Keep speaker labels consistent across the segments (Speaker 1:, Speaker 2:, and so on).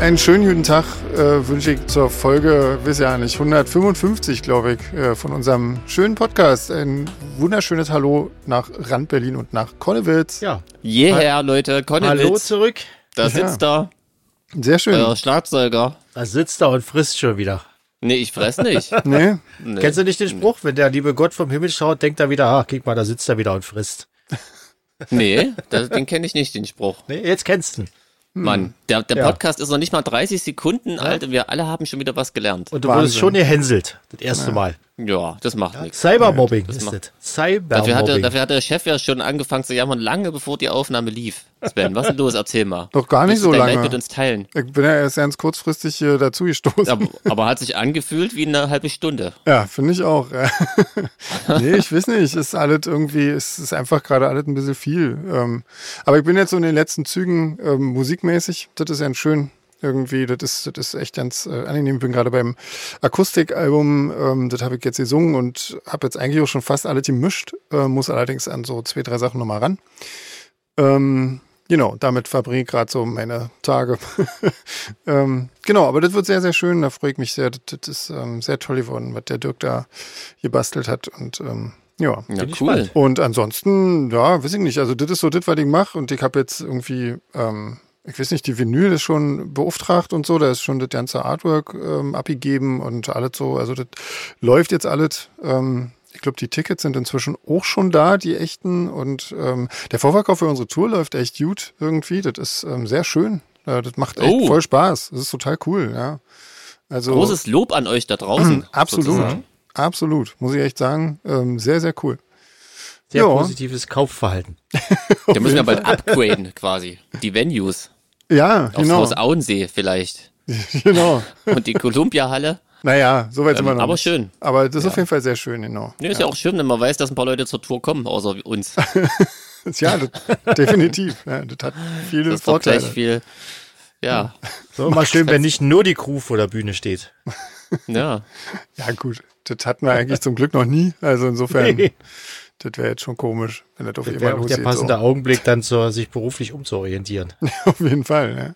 Speaker 1: Einen schönen guten Tag äh, wünsche ich zur Folge, weiß ja nicht, 155, glaube ich, äh, von unserem schönen Podcast. Ein wunderschönes Hallo nach Rand Berlin und nach Konnewitz.
Speaker 2: Ja.
Speaker 3: Jeher, Leute,
Speaker 2: Hallo
Speaker 3: Konnewitz,
Speaker 2: zurück.
Speaker 3: da sitzt da
Speaker 1: Sehr schön.
Speaker 3: euer Schlagzeuger.
Speaker 2: Da sitzt er und frisst schon wieder.
Speaker 3: Nee, ich fress nicht.
Speaker 1: Nee?
Speaker 3: Nee.
Speaker 2: Kennst du nicht den Spruch? Wenn der liebe Gott vom Himmel schaut, denkt er wieder, ah, guck mal, da sitzt er wieder und frisst.
Speaker 3: Nee, das, den kenne ich nicht, den Spruch.
Speaker 2: Nee, jetzt kennst du ihn.
Speaker 3: Mann, der, der
Speaker 2: Ja.
Speaker 3: Podcast ist noch nicht mal 30 Sekunden alt und wir alle haben schon wieder was gelernt.
Speaker 2: Und du
Speaker 1: Wahnsinn.
Speaker 2: wurdest schon gehänselt. Das erste Mal.
Speaker 3: Ja, das macht nichts.
Speaker 2: Cybermobbing
Speaker 3: das
Speaker 2: ist
Speaker 3: macht-
Speaker 2: das. Cybermobbing.
Speaker 3: Dafür hatte, dafür hatte der Chef ja schon angefangen zu jammern, lange bevor die Aufnahme lief. Sven, was ist denn los? Erzähl mal.
Speaker 1: Doch gar nicht
Speaker 3: Willst du
Speaker 1: so
Speaker 3: dein
Speaker 1: lange.
Speaker 3: Leid mit uns teilen.
Speaker 1: Ich bin ja erst ganz kurzfristig hier dazu gestoßen.
Speaker 3: Aber, aber hat sich angefühlt wie eine halbe Stunde.
Speaker 1: Ja, finde ich auch. nee, ich weiß nicht. Ist alles irgendwie, es ist einfach gerade alles ein bisschen viel. Ähm, aber ich bin jetzt so in den letzten Zügen ähm, musikmäßig. Das ist ganz schön. Irgendwie, das ist, das ist echt ganz äh, angenehm. Ich bin gerade beim Akustikalbum, ähm, das habe ich jetzt gesungen und habe jetzt eigentlich auch schon fast alles gemischt, äh, muss allerdings an so zwei, drei Sachen nochmal ran. Ähm, genau, damit verbringe ich gerade so meine Tage. ähm, genau, aber das wird sehr, sehr schön. Da freue ich mich sehr. Das, das ist ähm, sehr toll geworden, was der Dirk da gebastelt hat. Und ähm, ja.
Speaker 3: Ja,
Speaker 2: ich
Speaker 3: cool.
Speaker 2: gespannt.
Speaker 1: Und ansonsten, ja, weiß ich nicht. Also, das ist so das, was ich mache. Und ich habe jetzt irgendwie, ähm, ich weiß nicht, die Vinyl ist schon beauftragt und so. Da ist schon das ganze Artwork ähm, abgegeben und alles so. Also, das läuft jetzt alles. Ähm, ich glaube, die Tickets sind inzwischen auch schon da, die echten. Und ähm, der Vorverkauf für unsere Tour läuft echt gut irgendwie. Das ist ähm, sehr schön. Äh, das macht echt
Speaker 3: Oh.
Speaker 1: voll Spaß. Das ist total cool, ja. Also,
Speaker 3: Großes Lob an euch da draußen.
Speaker 1: absolut.
Speaker 3: sozusagen.
Speaker 1: Absolut, muss ich echt sagen. Ähm, sehr, sehr cool.
Speaker 2: Sehr
Speaker 1: Ja.
Speaker 2: positives Kaufverhalten.
Speaker 3: Da müssen wir bald upgraden quasi. Die Venues.
Speaker 1: Ja,
Speaker 3: Aufs
Speaker 1: genau.
Speaker 3: Haus Auensee vielleicht.
Speaker 1: genau.
Speaker 3: Und die Columbia-Halle.
Speaker 1: Naja, so weit sind wir
Speaker 3: Ähm,
Speaker 1: noch.
Speaker 3: aber
Speaker 1: nicht.
Speaker 3: schön.
Speaker 1: Aber das ist auf jeden Fall sehr schön, genau.
Speaker 3: Nee, ist ja. auch schön, wenn man weiß, dass ein paar Leute zur Tour kommen, außer uns.
Speaker 1: Ja, das, definitiv. Ja, das hat viele
Speaker 3: Das ist doch
Speaker 1: Vorteile.
Speaker 3: gleich viel. Ja,
Speaker 2: So, immer schön, wenn nicht nur die Crew vor der Bühne steht.
Speaker 3: ja.
Speaker 1: Ja, gut. Das hatten wir eigentlich zum Glück noch nie. Also insofern,
Speaker 2: Nee.
Speaker 1: das wäre jetzt schon komisch, wenn das auf jeden Fall
Speaker 2: Wäre auch der
Speaker 1: losgeht.
Speaker 2: passende
Speaker 1: so.
Speaker 2: Augenblick dann, zur, sich beruflich umzuorientieren.
Speaker 1: Auf jeden Fall, ne?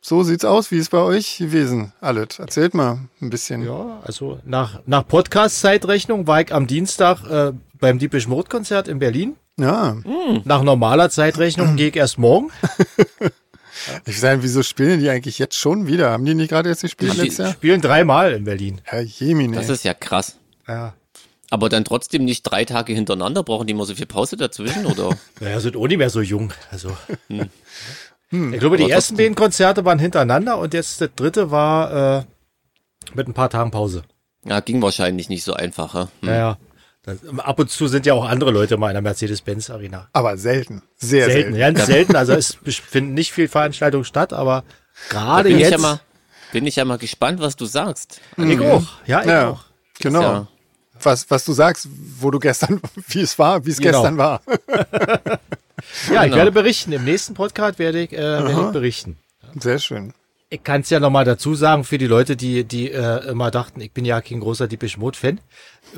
Speaker 1: So sieht's aus. Wie ist bei euch gewesen? Alles. Erzählt mal ein bisschen.
Speaker 2: Ja, also nach, nach Podcast-Zeitrechnung war ich am Dienstag äh, beim Diebisch Mode-Konzert in Berlin.
Speaker 1: Ja.
Speaker 3: Hm?
Speaker 2: Nach normaler Zeitrechnung gehe ich erst morgen.
Speaker 1: Ich sage, wieso spielen die eigentlich jetzt schon wieder? Haben die nicht gerade jetzt gespielt
Speaker 3: Haben die-
Speaker 1: letztes Jahr?
Speaker 2: Spielen dreimal in Berlin.
Speaker 1: Herr Jemine.
Speaker 3: Das ist ja krass.
Speaker 2: Ja.
Speaker 3: Aber dann trotzdem nicht drei Tage hintereinander brauchen die immer so viel Pause dazwischen, oder?
Speaker 2: Naja, sind auch nicht mehr so jung. Also. Ich glaube, die
Speaker 3: Hm. Aber
Speaker 2: ersten beiden Konzerte waren hintereinander und jetzt das dritte war äh, mit ein paar Tagen Pause.
Speaker 3: Ja, ging wahrscheinlich nicht so einfach. hä? Hm.
Speaker 2: Naja. Dann, ab und zu sind ja auch andere Leute mal in der Mercedes-Benz-Arena.
Speaker 1: aber selten. Sehr selten.
Speaker 2: Selten, ganz selten. Also es finden nicht viel Veranstaltungen statt, aber gerade
Speaker 3: Bin, ich
Speaker 2: jetzt.
Speaker 3: ja mal, Mhm. bin ich ja mal gespannt, was du sagst.
Speaker 1: Genau.
Speaker 2: ich auch. Ja, Ah, ich
Speaker 1: Ja,
Speaker 2: auch.
Speaker 1: genau.
Speaker 3: Ja.
Speaker 1: Was, was du sagst, wo du gestern, wie es war, wie es
Speaker 2: Genau.
Speaker 1: gestern war.
Speaker 2: Ja, ich
Speaker 3: Genau.
Speaker 2: werde berichten. Im nächsten Podcast werde ich, äh, werde ich berichten.
Speaker 1: Sehr schön.
Speaker 2: Ich kann es ja nochmal dazu sagen, für die Leute, die, die äh, immer dachten, ich bin ja kein großer Deepish Mode-Fan.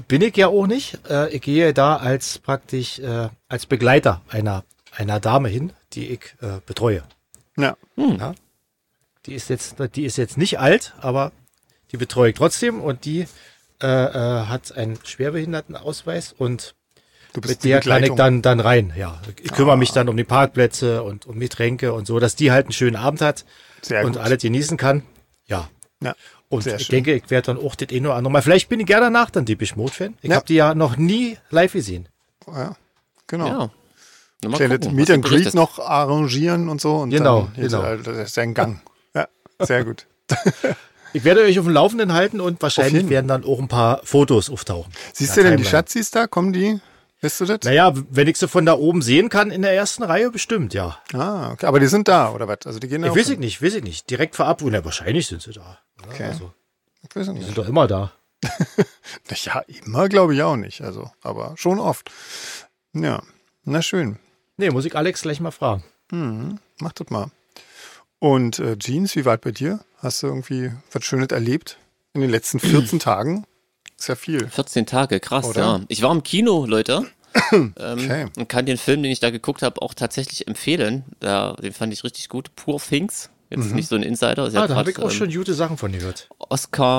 Speaker 2: Bin ich ja auch nicht. Äh, ich gehe da als praktisch äh, als Begleiter einer, einer Dame hin, die ich äh, betreue.
Speaker 1: Ja.
Speaker 2: Die ist, jetzt, die ist jetzt nicht alt, aber die betreue ich trotzdem und die äh, äh, hat einen Schwerbehindertenausweis und
Speaker 1: Du bist
Speaker 2: mit
Speaker 1: die
Speaker 2: der kann ich
Speaker 1: Begleitung. Ah.
Speaker 2: dann, dann rein, ja. Ich kümmere mich dann um die Parkplätze und um die Tränke und so, dass die halt einen schönen Abend hat
Speaker 1: Sehr
Speaker 2: und
Speaker 1: gut.
Speaker 2: alles genießen kann. Ja.
Speaker 1: Ja.
Speaker 2: Und
Speaker 1: Sehr
Speaker 2: ich
Speaker 1: schön.
Speaker 2: denke, ich werde dann auch das eh nur andere Mal. Vielleicht bin ich gerne danach dann Deepish Mode Fan. Ich
Speaker 1: Ja.
Speaker 2: habe die ja noch nie live gesehen.
Speaker 1: Ja, genau.
Speaker 3: Ja. Na, mal
Speaker 1: Kleine
Speaker 3: gucken, was
Speaker 1: Meet
Speaker 3: du
Speaker 1: and Greet
Speaker 3: berichtest.
Speaker 1: noch arrangieren und so. Und
Speaker 2: Genau,
Speaker 1: dann, jetzt,
Speaker 2: genau.
Speaker 1: äh, Das ist ein Gang. Ja, sehr gut.
Speaker 2: Ich werde euch auf dem Laufenden halten und wahrscheinlich
Speaker 1: jeden.
Speaker 2: werden dann auch ein paar Fotos auftauchen.
Speaker 1: Siehst
Speaker 2: Ja,
Speaker 1: du denn die
Speaker 2: Timeline.
Speaker 1: Schatzis da? Kommen die? Weißt du das?
Speaker 2: Naja, w- wenn ich sie von da oben sehen kann in der ersten Reihe, bestimmt, ja.
Speaker 1: Ah, okay. Aber die sind da, oder was? Also die gehen da
Speaker 2: Ich
Speaker 1: auch
Speaker 2: weiß ich
Speaker 1: hin.
Speaker 2: nicht, weiß ich nicht. Direkt verabschieden. Ja, wahrscheinlich sind sie da. oder?
Speaker 1: Okay.
Speaker 2: Also,
Speaker 1: Ich weiß nicht.
Speaker 2: sind doch immer da.
Speaker 1: Ja, immer glaube ich auch nicht. Also, aber schon oft. Ja, na schön.
Speaker 2: Nee, muss ich Alex gleich mal fragen.
Speaker 1: Mach das mal. Und äh, Jeans, wie war es bei dir? Hast du irgendwie was Schönes erlebt in den letzten 14 Tagen? Ist ja viel.
Speaker 3: 14 Tage, krass,
Speaker 1: Oder?
Speaker 3: ja. Ich war im Kino, Leute. ähm,
Speaker 1: Okay.
Speaker 3: Und kann den Film, den ich da geguckt habe, auch tatsächlich empfehlen. Da, den fand ich richtig gut. Poor Things Jetzt nicht so ein Insider, ist ja
Speaker 2: Ah, da habe ich
Speaker 3: grad,
Speaker 2: auch
Speaker 3: ähm,
Speaker 2: schon gute Sachen von gehört.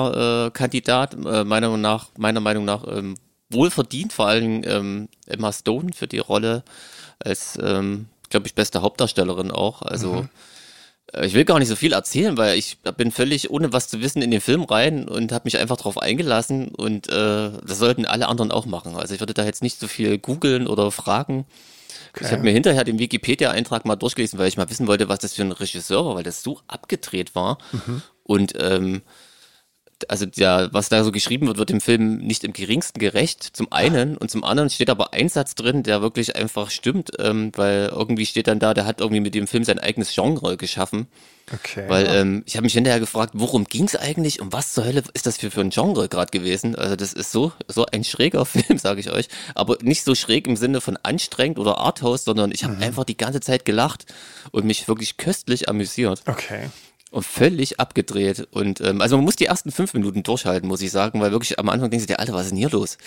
Speaker 3: Oscar-Kandidat, äh, meiner Meinung nach, meiner Meinung nach ähm, wohlverdient, vor allem ähm, Emma Stone für die Rolle als, ähm, glaube ich, beste Hauptdarstellerin auch. Also äh, ich will gar nicht so viel erzählen, weil ich bin völlig ohne was zu wissen in den Film rein und habe mich einfach drauf eingelassen und äh, das sollten alle anderen auch machen. Also ich würde da jetzt nicht so viel googeln oder fragen. Ich habe mir hinterher den Wikipedia-Eintrag mal durchgelesen, weil ich mal wissen wollte, was das für ein Regisseur war, weil das so abgedreht war. Und ähm, also ja, was da so geschrieben wird, wird dem Film nicht im geringsten gerecht, zum einen. Und zum anderen steht aber ein Satz drin, der wirklich einfach stimmt, ähm, weil irgendwie steht dann da, der hat irgendwie mit dem Film sein eigenes Genre geschaffen.
Speaker 1: Okay.
Speaker 3: Weil ähm, ich habe mich hinterher gefragt, worum ging es eigentlich? Um was zur Hölle ist das für, für ein Genre gerade gewesen? Also das ist so, so ein schräger Film, sage ich euch. Aber nicht so schräg im Sinne von anstrengend oder Arthouse, sondern ich habe einfach die ganze Zeit gelacht und mich wirklich köstlich amüsiert
Speaker 1: okay.
Speaker 3: und völlig abgedreht. Und ähm, also man muss die ersten fünf Minuten durchhalten, muss ich sagen, weil wirklich am Anfang denkst du dir, Alter, was ist denn hier los?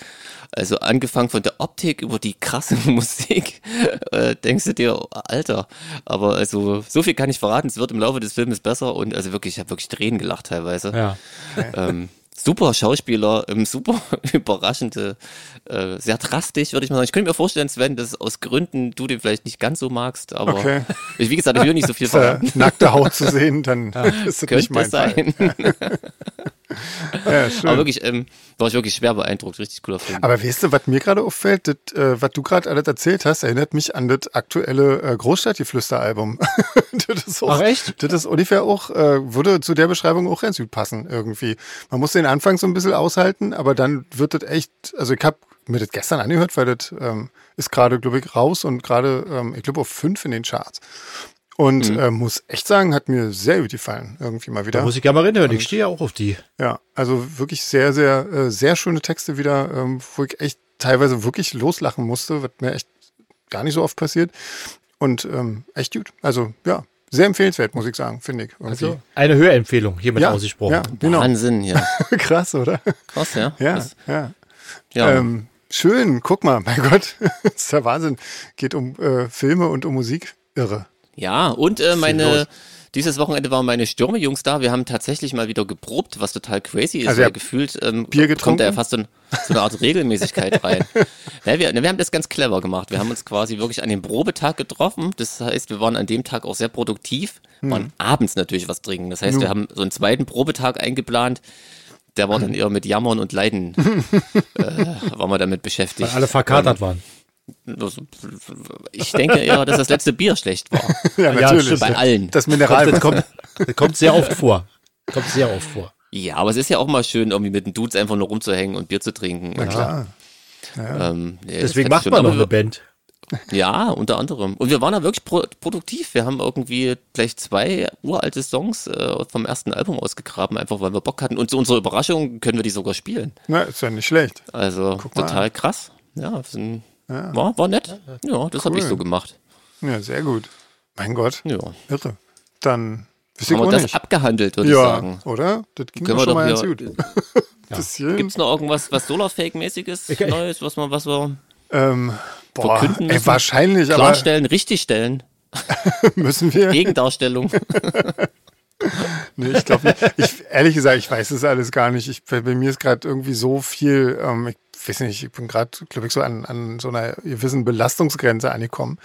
Speaker 3: Also angefangen von der Optik über die krasse Musik, äh, denkst du dir, Alter, aber also so viel kann ich verraten, es wird im Laufe des Filmes besser und also wirklich, ich habe wirklich Tränen gelacht teilweise.
Speaker 2: Ja.
Speaker 3: Ähm, super Schauspieler, ähm, super überraschende, äh, sehr drastisch, würde ich mal sagen. Ich könnte mir vorstellen, Sven, dass aus Gründen du den vielleicht nicht ganz so magst, aber
Speaker 1: Okay.
Speaker 3: ich, wie gesagt, ich will nicht so viel
Speaker 1: Ist da
Speaker 3: verraten.
Speaker 1: nackte Haut zu sehen, dann ist das nicht
Speaker 3: Könnte
Speaker 1: mein Fall.
Speaker 3: sein.
Speaker 1: Ja, schön.
Speaker 3: Aber wirklich, ähm, war ich wirklich schwer beeindruckt. Richtig cooler Film.
Speaker 1: Aber weißt du, was mir gerade auffällt, das, äh, was du gerade alles erzählt hast, erinnert mich an das aktuelle äh, Großstadtgeflüster-Album. das ist auch,
Speaker 2: Ach, echt?
Speaker 1: Das ist ungefähr auch, äh, würde zu der Beschreibung auch ganz gut passen irgendwie. Man muss den Anfang so ein bisschen aushalten, aber dann wird das echt, also ich habe mir das gestern angehört, weil das ähm, ist gerade, glaube ich, raus und gerade, ähm, ich glaube, auf fünf in den Charts. Und äh, muss echt sagen, hat mir sehr gut gefallen, irgendwie mal wieder.
Speaker 2: Mhm. Da muss ich ja mal reinhören. Ich stehe ja auch auf die.
Speaker 1: Ja, also wirklich sehr, sehr, äh, sehr schöne Texte wieder, ähm, wo ich echt teilweise wirklich loslachen musste, was mir echt gar nicht so oft passiert. Und ähm, echt gut. Also ja, sehr empfehlenswert, muss ich sagen, finde ich. Irgendwie.
Speaker 2: Also eine Hörempfehlung hiermit
Speaker 1: ja,
Speaker 2: ausgesprochen.
Speaker 1: ja, genau.
Speaker 3: Wahnsinn, ja.
Speaker 1: Krass, oder?
Speaker 3: Krass, ja.
Speaker 1: Ja,
Speaker 3: Das,
Speaker 1: ja.
Speaker 3: ja.
Speaker 1: Ähm, schön, guck mal, mein Gott, das ist der Wahnsinn. Geht um äh, Filme und um Musik. Irre.
Speaker 3: ja, und äh,
Speaker 2: los.
Speaker 3: meine, dieses Wochenende waren meine Stürme-Jungs da. Wir haben tatsächlich mal wieder geprobt, was total crazy ist,
Speaker 1: Also ihr
Speaker 3: weil
Speaker 1: habt
Speaker 3: gefühlt ähm,
Speaker 1: Bier
Speaker 3: kommt da ja
Speaker 1: getrunken?
Speaker 3: fast so, ein, so eine Art Regelmäßigkeit rein. Ja, wir, wir haben das ganz clever gemacht. Wir haben uns quasi wirklich an dem Probetag getroffen. Das heißt, wir waren an dem Tag auch sehr produktiv,
Speaker 1: Hm.
Speaker 3: waren abends natürlich was trinken. Das heißt, wir haben so einen zweiten Probetag eingeplant. Der war dann eher mit Jammern und Leiden, äh, waren wir damit beschäftigt.
Speaker 2: Weil alle verkatert waren.
Speaker 3: Also, Ich denke eher, dass das letzte Bier schlecht war.
Speaker 1: Ja,
Speaker 2: Ja,
Speaker 1: natürlich.
Speaker 2: stimmt.
Speaker 3: Bei allen.
Speaker 1: das Mineral.
Speaker 2: Das kommt, das kommt sehr oft vor. Kommt sehr oft vor.
Speaker 3: Ja, aber es ist ja auch mal schön, irgendwie mit den Dudes einfach nur rumzuhängen und Bier zu trinken. Na
Speaker 1: klar.
Speaker 3: Ähm, nee, das
Speaker 2: Deswegen
Speaker 3: fand
Speaker 2: macht
Speaker 3: ich
Speaker 2: man
Speaker 3: schon-
Speaker 2: noch
Speaker 3: aber
Speaker 2: eine Band.
Speaker 3: wir- Ja, unter anderem. Und wir waren da wirklich pro produktiv. Wir haben irgendwie gleich zwei uralte Songs äh, vom ersten Album ausgegraben, einfach weil wir Bock hatten. Und zu unserer Überraschung können wir die sogar spielen.
Speaker 1: Na, ne, ist ja nicht schlecht.
Speaker 3: Also
Speaker 1: mal
Speaker 3: total krass. Ja, das ist ein- War, war nett. Ja, das habe ich so gemacht.
Speaker 1: Ja, sehr gut. Mein Gott.
Speaker 3: Ja.
Speaker 1: Irre. Dann wüsste ich
Speaker 3: Haben wir
Speaker 1: auch
Speaker 3: das
Speaker 1: nicht.
Speaker 3: abgehandelt, würde ich
Speaker 1: ja,
Speaker 3: sagen.
Speaker 1: oder? Das ging doch
Speaker 3: Können wir
Speaker 1: schon
Speaker 3: doch
Speaker 1: mal ganz
Speaker 3: hier-
Speaker 1: gut. Bisschen.
Speaker 3: Gibt's noch irgendwas, was Solarfake-mäßiges,
Speaker 2: Ich-
Speaker 3: Neues, was man, was wir
Speaker 1: ähm, boah,
Speaker 3: verkünden
Speaker 1: ey,
Speaker 3: müssen?
Speaker 1: wahrscheinlich, aber
Speaker 3: klarstellen, richtigstellen,
Speaker 1: müssen wir.
Speaker 3: Gegendarstellung.
Speaker 1: Nee, ich glaube nicht. Ich, ehrlich gesagt, ich weiß es alles gar nicht. Ich, bei, bei mir ist gerade irgendwie so viel, ähm, ich weiß nicht, ich bin gerade, glaube ich, so an, an so einer gewissen Belastungsgrenze angekommen.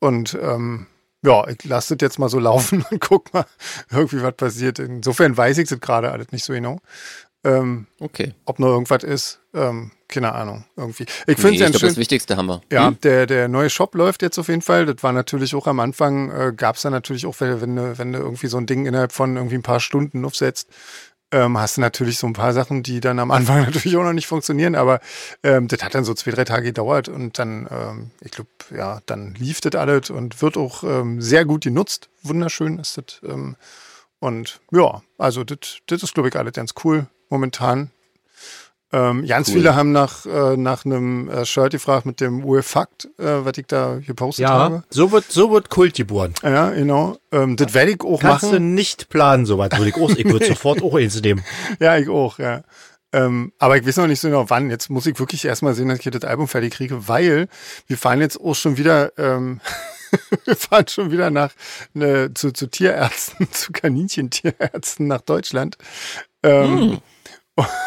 Speaker 1: Und ähm, ja, ich lasse das jetzt mal so laufen und guck mal, irgendwie was passiert. Insofern weiß ich das gerade alles nicht so genau. Ähm,
Speaker 3: Okay.
Speaker 1: ob noch irgendwas ist, ähm, keine Ahnung, irgendwie. Ich
Speaker 3: Nee,
Speaker 1: finde
Speaker 3: ich
Speaker 1: es ja
Speaker 3: glaube,
Speaker 1: schön.
Speaker 3: das Wichtigste haben wir. Hm?
Speaker 1: Ja, der, der neue Shop läuft jetzt auf jeden Fall. Das war natürlich auch am Anfang, äh, gab es da natürlich auch, wenn, wenn, du- wenn du irgendwie so ein Ding innerhalb von irgendwie ein paar Stunden aufsetzt, ähm, hast du natürlich so ein paar Sachen, die dann am Anfang natürlich auch noch nicht funktionieren, aber ähm, das hat dann so zwei, drei Tage gedauert und dann, ähm, ich glaube, ja, dann lief das alles und wird auch ähm, sehr gut genutzt. Wunderschön ist das. Ähm, und ja, also das das ist, glaube ich, alles ganz cool momentan. Ähm, ganz
Speaker 3: Cool.
Speaker 1: viele haben nach, äh, nach einem äh, Shirt gefragt mit dem Urfakt, äh, was ich da gepostet
Speaker 2: Ja,
Speaker 1: habe.
Speaker 2: so wird, so wird Kult geboren.
Speaker 1: Ja, genau. Ähm, das werde ich auch
Speaker 2: Kannst du
Speaker 1: machen.
Speaker 2: nicht planen, so was. Würde ich auch- ich würde sofort auch eins nehmen.
Speaker 1: Ja, ich auch, ja. Ähm, aber ich weiß noch nicht so genau wann. Jetzt muss ich wirklich erstmal sehen, dass ich hier das Album fertig kriege, weil wir fahren jetzt auch schon wieder ähm, wir fahren schon wieder nach ne, zu, zu Tierärzten, zu Kaninchentierärzten nach Deutschland. Ähm,
Speaker 2: Hm.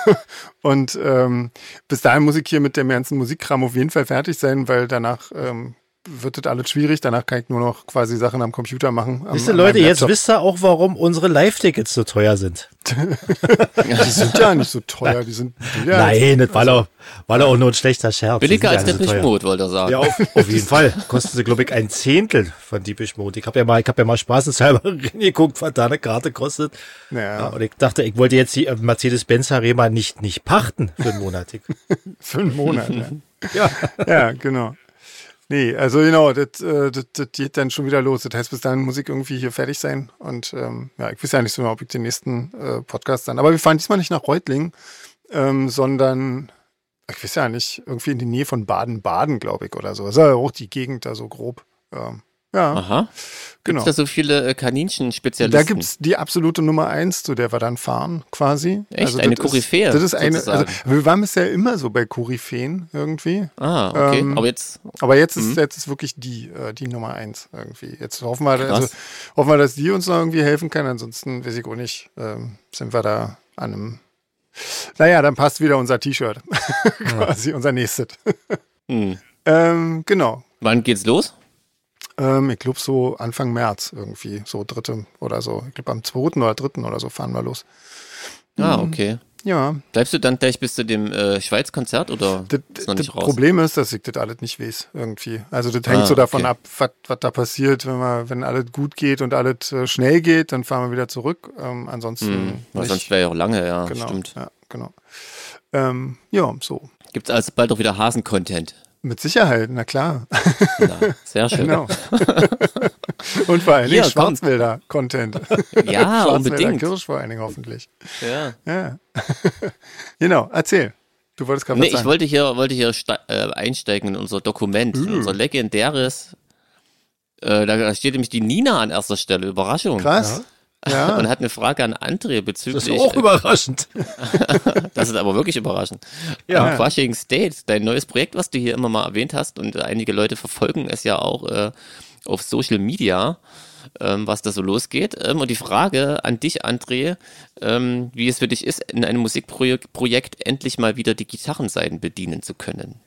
Speaker 1: Und ähm, bis dahin muss ich hier mit dem ganzen Musikkram auf jeden Fall fertig sein, weil danach ähm, wird das alles schwierig. Danach kann ich nur noch quasi Sachen am Computer machen. Am,
Speaker 2: Wisst ihr,
Speaker 1: an
Speaker 2: Leute,
Speaker 1: meinem
Speaker 2: jetzt
Speaker 1: Laptop.
Speaker 2: wisst ihr auch, warum unsere Live-Tickets so teuer sind.
Speaker 1: Die sind ja nicht so teuer. Die sind billiger als-
Speaker 2: Nein, das war doch, war doch auch nur ein schlechter Scherz. Die
Speaker 3: Billiger
Speaker 2: sind ja
Speaker 3: als
Speaker 2: alle so
Speaker 3: Depeche
Speaker 2: teuer.
Speaker 3: Mode, wollte er sagen.
Speaker 2: Ja, auf, auf jeden Fall. Kosten sie, glaube ich, ein Zehntel von Deepish Mode. Ich habe ja mal, ich habe ja mal spaßeshalber reingeguckt, was da eine Karte kostet.
Speaker 1: Naja.
Speaker 2: Ja, und ich dachte, ich wollte jetzt die äh, Mercedes-Benz Arena nicht, nicht pachten für einen Monat. Ich,
Speaker 1: Für einen Monat. ja.
Speaker 2: ja.
Speaker 1: ja, genau. Nee, also genau, das, äh, das, das geht dann schon wieder los. Das heißt, bis dahin muss ich irgendwie hier fertig sein. Und ähm, ja, ich weiß ja nicht so genau, ob ich den nächsten äh, Podcast dann. Aber wir fahren diesmal nicht nach Reutlingen, ähm, sondern, ich weiß ja nicht, irgendwie in die Nähe von Baden-Baden, glaube ich, oder so. Das ist ja auch die Gegend da so grob. Ähm, ja,
Speaker 3: Aha.
Speaker 1: genau.
Speaker 3: Gibt da so viele äh, Kaninchen-Spezialisten?
Speaker 1: Da gibt's die absolute Nummer eins, zu der wir dann fahren, quasi. Also
Speaker 3: Echt? Eine
Speaker 1: das
Speaker 3: Koryphäe,
Speaker 1: Ist, das ist eine, also,
Speaker 3: sozusagen.
Speaker 1: wir waren bisher immer so bei Koryphäen irgendwie.
Speaker 3: Ah, okay.
Speaker 1: Ähm,
Speaker 3: Aber jetzt,
Speaker 1: Aber jetzt ist,
Speaker 3: Mhm.
Speaker 1: jetzt ist wirklich die, äh, die Nummer eins irgendwie. Jetzt hoffen wir, also,
Speaker 3: Krass.
Speaker 1: hoffen wir, dass die uns noch irgendwie helfen kann. Ansonsten weiß ich auch nicht, ähm, sind wir da an einem. Naja, dann passt wieder unser T-Shirt. Quasi unser nächstes.
Speaker 3: hm.
Speaker 1: Ähm, genau.
Speaker 3: wann geht's los?
Speaker 1: Ähm, ich glaube so Anfang März irgendwie, so dritte oder so. Ich glaube am zweiten oder dritten oder so fahren wir los.
Speaker 3: Ah,
Speaker 1: hm.
Speaker 3: okay.
Speaker 1: Ja,
Speaker 3: Bleibst du dann gleich bis zu dem äh, Schweiz-Konzert oder
Speaker 1: das,
Speaker 3: ist noch
Speaker 1: das
Speaker 3: nicht raus?
Speaker 1: Problem ist, dass ich das alles nicht weiß, irgendwie. Also das hängt
Speaker 3: Ah,
Speaker 1: so davon
Speaker 3: okay.
Speaker 1: ab, was was da passiert. Wenn, wir, wenn alles gut geht und alles äh, schnell geht, dann fahren wir wieder zurück. Ähm, ansonsten
Speaker 3: Hm, weil
Speaker 1: nicht.
Speaker 3: sonst wäre ja auch lange, ja,
Speaker 1: genau,
Speaker 3: stimmt.
Speaker 1: Ja, genau. Ähm, ja, so.
Speaker 3: Gibt's also bald auch wieder Hasen-Content?
Speaker 1: Mit Sicherheit, na klar.
Speaker 3: Na, sehr schön.
Speaker 1: genau. und vor allen Dingen
Speaker 3: Hier, komm.
Speaker 1: Schwarzwälder Content.
Speaker 3: Ja, unbedingt.
Speaker 1: Kirsch vor allen Dingen hoffentlich.
Speaker 3: Ja.
Speaker 1: Ja. genau, erzähl. Du wolltest gerade
Speaker 3: Nee,
Speaker 1: was sagen.
Speaker 3: ich wollte hier, wollte hier ste- äh, einsteigen in unser Dokument, in unser legendäres. Äh, da steht nämlich die Nina an erster Stelle, Überraschung.
Speaker 1: Krass. Ja.
Speaker 3: Und hat eine Frage an André bezüglich.
Speaker 2: Das ist auch
Speaker 3: äh,
Speaker 2: überraschend.
Speaker 3: Das ist aber wirklich überraschend.
Speaker 2: Ja.
Speaker 3: Ja. Washington State, dein neues Projekt, was du hier immer mal erwähnt hast und einige Leute verfolgen es ja auch äh, auf Social Media, ähm, was da so losgeht. Ähm, und die Frage an dich, André, ähm, wie es für dich ist, in einem Musikprojekt Projekt endlich mal wieder die Gitarrenseiten bedienen zu können.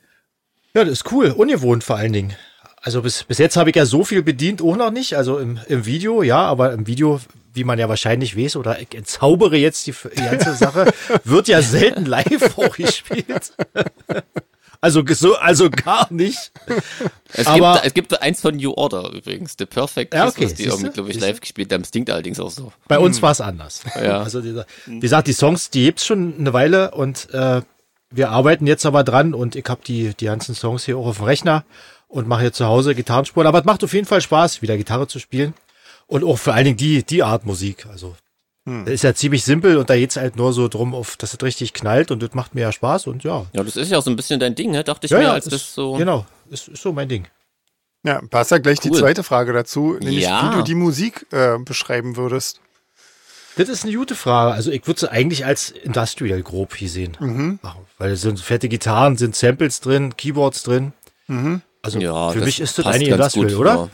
Speaker 2: Ja, das ist cool. Ungewohnt vor allen Dingen. Also bis, bis jetzt habe ich ja so viel bedient, auch noch nicht. Also im, im Video, ja, aber im Video, wie man ja wahrscheinlich weiß, oder ich entzaubere jetzt die, f- die ganze Sache, wird ja selten live auch gespielt. Also, ge- so, also gar nicht.
Speaker 3: Es,
Speaker 2: Aber-
Speaker 3: gibt, es gibt eins von New Order übrigens, The Perfect
Speaker 2: Ja,
Speaker 3: Kiss,
Speaker 2: okay,
Speaker 3: was die
Speaker 2: siehste,
Speaker 3: irgendwie, glaube ich,
Speaker 2: siehste.
Speaker 3: live gespielt haben. Es klingt allerdings auch so.
Speaker 2: Bei uns war es anders.
Speaker 3: Hm. Ja.
Speaker 2: Also dieser, wie gesagt, die Songs, die gibt's schon eine Weile und äh, wir arbeiten jetzt aber dran und ich habe die, die ganzen Songs hier auch auf dem Rechner und mache hier zu Hause Gitarrenspuren. Aber es macht auf jeden Fall Spaß, wieder Gitarre zu spielen. Und auch vor allen Dingen die, die Art Musik. Also
Speaker 3: Hm.
Speaker 2: das ist ja ziemlich simpel und da geht's halt nur so drum, auf, dass es richtig knallt und das macht mir ja Spaß und ja.
Speaker 3: Ja, das ist ja auch so ein bisschen dein Ding, ne? dachte ich
Speaker 2: Ja,
Speaker 3: mir,
Speaker 2: ja,
Speaker 3: als das
Speaker 2: ist,
Speaker 3: so.
Speaker 2: genau, ist, ist so mein Ding.
Speaker 1: Ja, passt ja gleich die
Speaker 3: Cool.
Speaker 1: zweite Frage dazu, nämlich
Speaker 3: Ja.
Speaker 1: wie du die Musik äh, beschreiben würdest.
Speaker 2: Das ist eine gute Frage. Also ich würde sie eigentlich als industrial grob hier sehen.
Speaker 1: Mhm.
Speaker 2: Machen. Weil es sind fette Gitarren, sind Samples drin, Keyboards drin.
Speaker 1: Mhm.
Speaker 2: Also
Speaker 3: Ja,
Speaker 2: für mich ist das
Speaker 3: passt
Speaker 2: eigentlich
Speaker 3: ganz
Speaker 2: industrial,
Speaker 3: gut,
Speaker 2: oder?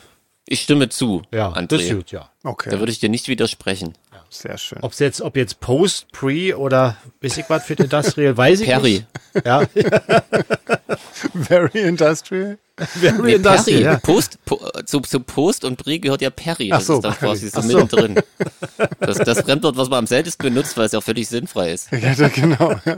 Speaker 3: Ich stimme zu,
Speaker 2: Ja,
Speaker 3: André.
Speaker 2: das ist gut, ja.
Speaker 1: Okay,
Speaker 3: Da würde ich dir nicht widersprechen.
Speaker 1: sehr schön.
Speaker 2: Ob's jetzt, ob jetzt Post, Pre oder weiß ich was für Industrial, weiß ich
Speaker 3: Perry.
Speaker 2: nicht. Ja,
Speaker 1: Very industrial.
Speaker 2: Very
Speaker 3: Nee, Perry.
Speaker 2: Industrial, ja.
Speaker 3: Post, po, äh, zu, zu Post und Pre gehört ja Perry.
Speaker 1: Ach
Speaker 3: Das
Speaker 1: so,
Speaker 3: ist da
Speaker 1: Perry.
Speaker 3: quasi so
Speaker 2: Ach so.
Speaker 3: mittendrin. Das, das Fremdwort, was man am seltensten benutzt, weil es ja auch völlig sinnfrei ist.
Speaker 1: Ich hätte, genau. Ja.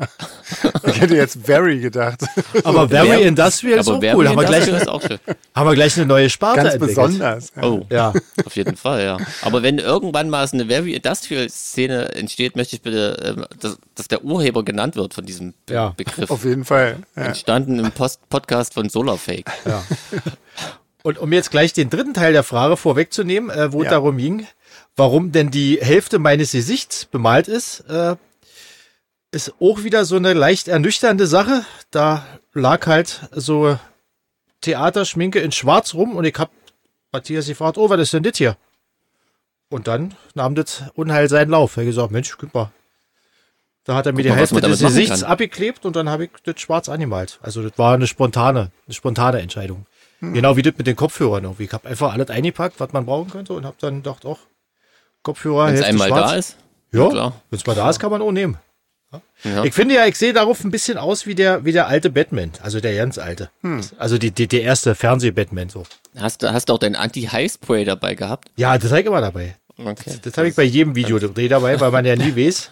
Speaker 1: Ich hätte jetzt very gedacht.
Speaker 2: Aber Very
Speaker 3: Wer-
Speaker 2: Industrial ist
Speaker 3: Aber
Speaker 2: auch
Speaker 3: wer
Speaker 2: cool. Haben wir,
Speaker 3: das
Speaker 2: gleich,
Speaker 3: ist auch schön.
Speaker 2: haben wir gleich eine neue Sparte
Speaker 1: Ganz
Speaker 2: entwickelt.
Speaker 1: besonders. Ja.
Speaker 3: Oh,
Speaker 2: Ja.
Speaker 3: auf jeden Fall, ja. Aber wenn irgendwann mal so eine Very Industrial-Szene entsteht, möchte ich bitte, ähm, dass, dass der Urheber genannt wird von diesem Be
Speaker 2: Ja.
Speaker 3: Begriff.
Speaker 1: Auf jeden Fall. Ja.
Speaker 3: Entstanden im Post Podcast von
Speaker 2: Ah,
Speaker 3: Solarfake.
Speaker 2: Und um jetzt gleich den dritten Teil der Frage vorwegzunehmen, äh, wo es
Speaker 1: Ja.
Speaker 2: darum ging, warum denn die Hälfte meines Gesichts bemalt ist, äh, ist auch wieder so eine leicht ernüchternde Sache. Da lag halt so Theaterschminke in Schwarz rum und ich hab Matthias gefragt, oh, was ist denn das hier? Und dann nahm das Unheil seinen Lauf. Er hat gesagt, Mensch, guck mal. Da hat er mir
Speaker 3: Guck
Speaker 2: die
Speaker 3: mal, was
Speaker 2: Hälfte
Speaker 3: man damit
Speaker 2: des
Speaker 3: machen
Speaker 2: Gesichts
Speaker 3: kann.
Speaker 2: abgeklebt und dann habe ich das schwarz angemalt. Also das war eine spontane, eine spontane Entscheidung. Genau wie das mit den Kopfhörern irgendwie. Ich habe einfach alles eingepackt, was man brauchen könnte und habe dann gedacht, auch Kopfhörer,
Speaker 3: Wenn es
Speaker 2: Hälfte
Speaker 3: einmal
Speaker 2: schwarz.
Speaker 3: da ist.
Speaker 2: Ja,
Speaker 3: Ja,
Speaker 2: wenn
Speaker 3: klar.
Speaker 2: es mal da ist, kann man auch nehmen.
Speaker 3: Ja.
Speaker 2: Ich finde ja, ich sehe darauf ein bisschen aus wie der, wie der alte Batman, also der ganz alte. Also die, die, der erste Fernseh-Batman so.
Speaker 3: Hast, du- hast du auch dein Anti-High-Spray dabei gehabt?
Speaker 2: Ja, das habe ich immer dabei.
Speaker 3: Okay.
Speaker 2: Das habe ich bei jedem Videodreh dabei, weil man ja nie weiß,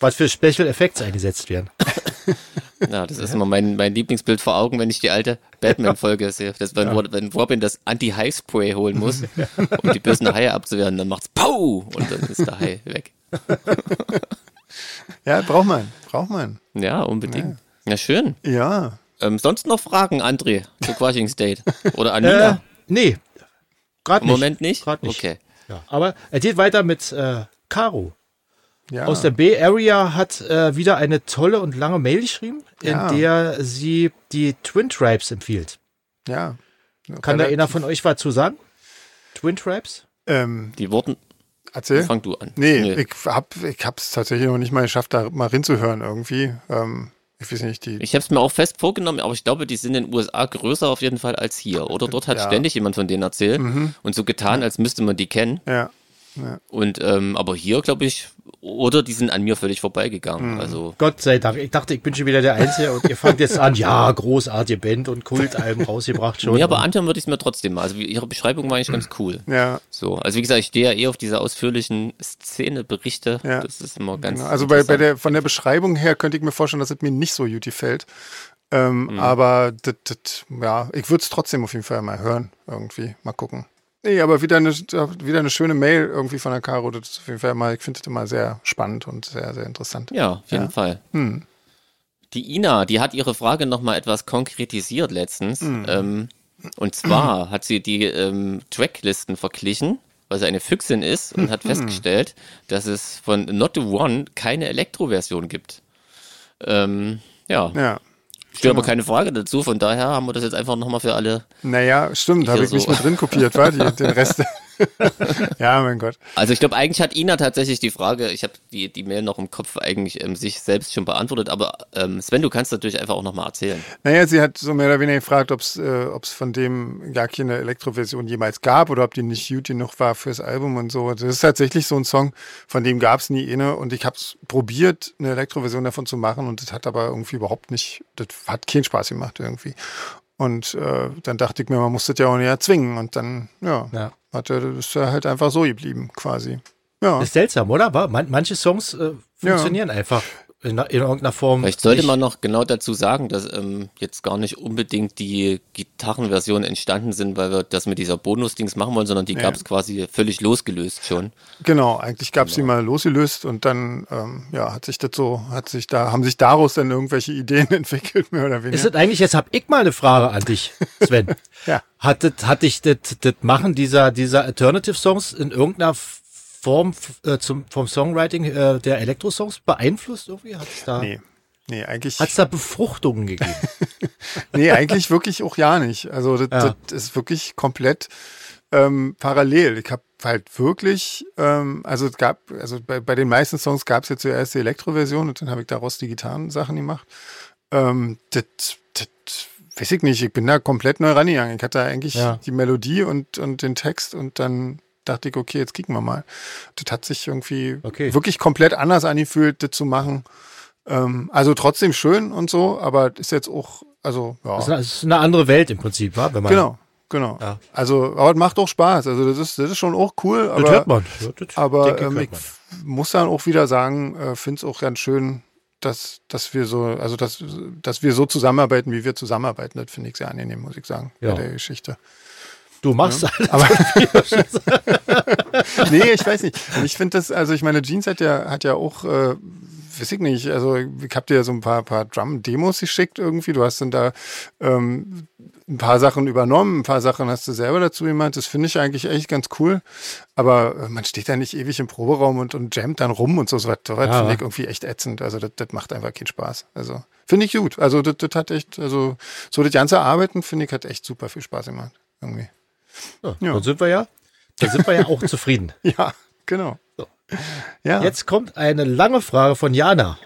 Speaker 2: was für Special Effects eingesetzt werden.
Speaker 3: Ja, das ist immer mein, mein Lieblingsbild vor Augen, wenn ich die alte Batman-Folge sehe. Das, wenn, Ro- wenn Robin das Anti-High-Spray holen muss, um die bösen Haie abzuwehren, dann macht's Pau! Und dann ist der Hai weg.
Speaker 1: Ja, braucht man. Braucht man.
Speaker 3: Ja, unbedingt. Ja, schön.
Speaker 1: Ja.
Speaker 3: Ähm, sonst noch Fragen, André, zu Quashing State? Oder Anina?
Speaker 2: Äh, nee, gerade
Speaker 3: Im
Speaker 2: nicht.
Speaker 3: Moment nicht?
Speaker 2: Grad nicht.
Speaker 3: Okay.
Speaker 2: Ja, aber es geht weiter mit äh, Caro.
Speaker 3: Ah.
Speaker 1: ja.
Speaker 2: Aus der Bay-Area hat äh, wieder eine tolle und lange Mail geschrieben, in
Speaker 1: Ja.
Speaker 2: der sie die Twin Tribes empfiehlt.
Speaker 1: ja.
Speaker 2: Kann da
Speaker 1: Relativ-
Speaker 2: einer von euch was zu sagen? Twin Tribes?
Speaker 1: Ähm,
Speaker 3: Die Worten,
Speaker 1: erzähl.
Speaker 3: fang du an.
Speaker 1: Äh? Nee, ich hab, ich hab's tatsächlich noch nicht mal geschafft, da mal reinzuhören irgendwie. Ähm, ich weiß nicht, die.
Speaker 3: Ich habe es mir auch fest vorgenommen, aber ich glaube, die sind in den USA größer auf jeden Fall als hier, oder? Dort hat
Speaker 1: Ja. Mhm.
Speaker 3: ständig jemand von denen erzählt und so getan, als müsste man die kennen.
Speaker 1: Ja.
Speaker 3: Und ähm, aber hier, glaube ich, oder die sind an mir völlig vorbeigegangen.
Speaker 1: Mhm.
Speaker 3: Also
Speaker 2: Gott sei Dank. Ich dachte, ich bin schon wieder der Einzige und ihr fangt jetzt an. Ja, großartige Band und Kultalben rausgebracht schon.
Speaker 3: ja, aber anhören würde ich es mir trotzdem mal. Also wie- ihre Beschreibung war eigentlich ganz cool.
Speaker 1: Mhm. Ja,
Speaker 3: So, also wie gesagt, ich stehe ja eh auf diese ausführlichen Szeneberichte.
Speaker 1: Ja.
Speaker 3: Das ist immer ganz.
Speaker 1: genau. Also bei, bei
Speaker 3: interessant.
Speaker 1: der, von der Beschreibung her könnte ich mir vorstellen, dass es mir nicht so gut gefällt. Ähm,
Speaker 3: Mhm.
Speaker 1: Aber das, das, ja, ich würde es trotzdem auf jeden Fall mal hören, irgendwie. Mal gucken. Nee, aber wieder eine, wieder eine schöne Mail irgendwie von der Caro. Das ist auf jeden Fall mal, ich finde das immer sehr spannend und sehr, sehr interessant.
Speaker 3: Ja, Hm. auf jeden Fall. Die Ina, die hat ihre Frage nochmal etwas konkretisiert letztens. Ähm, und zwar hat sie die ähm, Tracklisten verglichen, weil sie eine Füchsin ist und hat festgestellt, dass es von Not the One keine Elektro-Version gibt. Ähm, ja, genau.
Speaker 1: Ja.
Speaker 3: steht aber keine Frage dazu, von daher haben wir das jetzt einfach nochmal für alle.
Speaker 1: Naja, stimmt, habe
Speaker 3: ja
Speaker 1: ich nicht
Speaker 3: so.
Speaker 1: mit drin kopiert, war die, den Rest. ja, mein Gott.
Speaker 3: Also ich glaube, eigentlich hat Ina tatsächlich die Frage, ich habe die, die Mail noch im Kopf eigentlich ähm, sich selbst schon beantwortet, aber ähm, Sven, du kannst natürlich einfach auch nochmal erzählen.
Speaker 1: Naja, sie hat so mehr oder weniger gefragt, ob es äh, ob's von dem gar keine Elektroversion jemals gab oder ob die nicht gut genug war fürs Album und so. Also Das ist tatsächlich so ein Song, von dem gab es nie eine und ich habe es probiert, eine Elektroversion davon zu machen und das hat aber irgendwie überhaupt nicht, das hat keinen Spaß gemacht irgendwie. Und äh, dann dachte ich mir, man muss das ja auch nicht erzwingen und dann, ja,
Speaker 2: Ja.
Speaker 1: Hat er, ist er halt einfach so geblieben quasi. Ja,
Speaker 2: Ist seltsam, oder? Aber Man, manche Songs äh, funktionieren einfach in, in irgendeiner Form.
Speaker 3: Vielleicht sollte
Speaker 2: nicht.
Speaker 3: man noch genau dazu sagen, dass ähm, jetzt gar nicht unbedingt die Gitarrenversionen entstanden sind, weil wir das mit dieser Bonus-Dings machen wollen, sondern die gab es quasi völlig losgelöst schon.
Speaker 1: Genau, eigentlich gab es die mal losgelöst und dann ähm, ja, hat sich das so, hat sich da, haben sich daraus dann irgendwelche Ideen entwickelt, mehr oder weniger.
Speaker 2: Ist das eigentlich, jetzt habe ich mal eine Frage an dich, Sven.
Speaker 1: Ja.
Speaker 2: Hat, das, hat dich das, das Machen dieser, dieser Alternative Songs in irgendeiner Form f- äh, zum, vom Songwriting äh, der Elektro-Songs beeinflusst irgendwie? Hat es da,
Speaker 1: nee. Nee, eigentlich,
Speaker 2: hat's da Befruchtungen gegeben?
Speaker 1: nee, eigentlich wirklich auch ja nicht. Also das,
Speaker 2: Ja.
Speaker 1: das ist wirklich komplett ähm, parallel. Ich habe halt wirklich, ähm, also es gab, also bei, bei den meisten Songs gab es ja zuerst die Elektroversion und dann habe ich daraus die Gitarrensachen gemacht. Ähm, das, das weiß ich nicht, ich bin da komplett neu rangegangen. Ich hatte eigentlich
Speaker 2: Ja.
Speaker 1: die Melodie und, und den Text und dann dachte ich, okay, jetzt kicken wir mal. Das hat sich irgendwie
Speaker 2: Okay.
Speaker 1: wirklich komplett anders angefühlt, das zu machen. Ähm, also trotzdem schön und so, aber ist jetzt auch, also ja.
Speaker 2: Das ist eine- das ist eine andere Welt im Prinzip, wa? wenn man
Speaker 1: Genau, genau.
Speaker 2: Ja.
Speaker 1: Also, aber es macht auch Spaß. Also, das ist, das ist schon auch cool,
Speaker 2: Das
Speaker 1: aber,
Speaker 2: hört man. Ja, das,
Speaker 1: aber
Speaker 2: denke
Speaker 1: ähm, ich
Speaker 2: hört man.
Speaker 1: muss dann auch wieder sagen, äh, finde es auch ganz schön, dass, dass wir so, also dass, dass wir so zusammenarbeiten, wie wir zusammenarbeiten. Das finde ich sehr angenehm, muss ich sagen,
Speaker 2: Ja.
Speaker 1: bei der Geschichte.
Speaker 2: du machst alles.
Speaker 1: Aber nee, ich weiß nicht. Und ich finde das, also ich meine, Jeans hat ja, hat ja auch, äh, weiß ich nicht, also ich habe dir ja so ein paar, paar Drum-Demos geschickt irgendwie. Du hast dann da ähm, ein paar Sachen übernommen, ein paar Sachen hast du selber dazu gemacht. Das finde ich eigentlich echt ganz cool. Aber äh, man steht da nicht ewig im Proberaum und, und jammt dann rum und so. So was so was
Speaker 2: Ja.
Speaker 1: finde ich irgendwie echt ätzend. Also das, das macht einfach keinen Spaß. Also finde ich gut. Also das, das hat echt, also so das ganze Arbeiten finde ich hat echt super viel Spaß gemacht. Irgendwie.
Speaker 2: Ja, Dann sind wir ja, dann sind wir ja auch zufrieden.
Speaker 1: Ja, genau. Ja,
Speaker 2: Jetzt kommt eine lange Frage von Jana.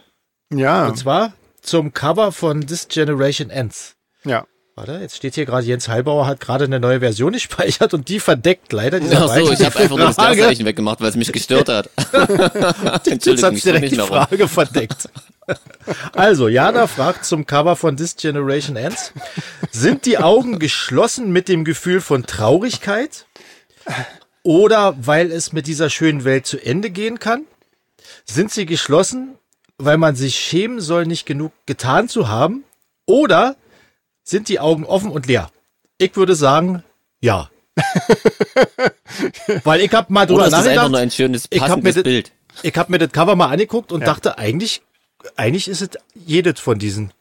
Speaker 1: ja,
Speaker 2: Und zwar zum Cover von This Generation Ends.
Speaker 1: ja.
Speaker 2: Warte, jetzt steht hier gerade, Jens Heilbauer hat gerade eine neue Version gespeichert und die verdeckt leider diese
Speaker 3: Ach so, ich habe einfach nur das
Speaker 2: Frage.
Speaker 3: Leerzeichen weggemacht, weil es mich gestört hat.
Speaker 2: Jetzt
Speaker 3: Entschuldigung,
Speaker 2: hat's
Speaker 3: ich komme
Speaker 2: direkt
Speaker 3: nicht
Speaker 2: die
Speaker 3: mehr rum.
Speaker 2: Frage verdeckt. Also, Jana fragt zum Cover von This Generation Ends. Sind die Augen geschlossen mit dem Gefühl von Traurigkeit? Oder weil es mit dieser schönen Welt zu Ende gehen kann? Sind sie geschlossen, weil man sich schämen soll, nicht genug getan zu haben? Oder sind die Augen offen und leer? Ich würde sagen, ja. weil ich habe mal drüber
Speaker 3: Oder es ist einfach
Speaker 2: nachgedacht.
Speaker 3: nur ein schönes,
Speaker 2: Ich hab
Speaker 3: passendes
Speaker 2: mir das-
Speaker 3: Bild.
Speaker 2: Ich habe mir das Cover mal angeguckt und dachte, eigentlich, eigentlich ist es jedes von diesen,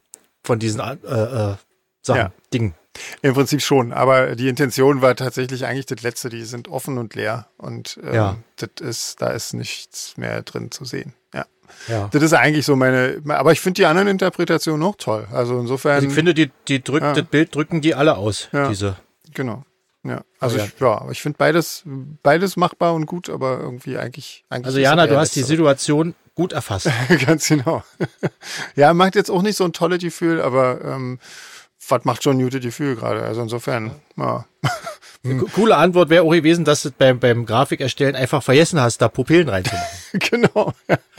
Speaker 2: von diesen äh, äh, Sachen,
Speaker 1: Ja.
Speaker 2: Dingen.
Speaker 1: Im Prinzip schon, aber die Intention war tatsächlich eigentlich das letzte, die sind offen und leer und ähm,
Speaker 2: Ja.
Speaker 1: das ist, da ist nichts mehr drin zu sehen. Ja.
Speaker 2: Ja.
Speaker 1: Das ist eigentlich so meine, aber ich finde die anderen Interpretationen auch toll. Also insofern,
Speaker 2: Also ich finde, die, die drückt,
Speaker 1: Ja.
Speaker 2: das Bild drücken die alle aus,
Speaker 1: Ja.
Speaker 2: diese.
Speaker 1: genau. Ja, also
Speaker 2: Oh Ja.
Speaker 1: ich, ja, aber ich finde beides, beides machbar und gut, aber irgendwie eigentlich, eigentlich
Speaker 2: Also
Speaker 1: ist
Speaker 2: Jana,
Speaker 1: das
Speaker 2: du
Speaker 1: eher
Speaker 2: hast die
Speaker 1: letztere.
Speaker 2: Situation gut erfasst.
Speaker 1: Ganz genau. ja, macht jetzt auch nicht so ein tolles Gefühl, aber ähm, was macht schon ein gutes Gefühl gerade? Also insofern, ja.
Speaker 2: Co- Coole Antwort wäre auch gewesen, dass du beim, beim Grafikerstellen einfach vergessen hast, da Pupillen reinzumachen.
Speaker 1: genau.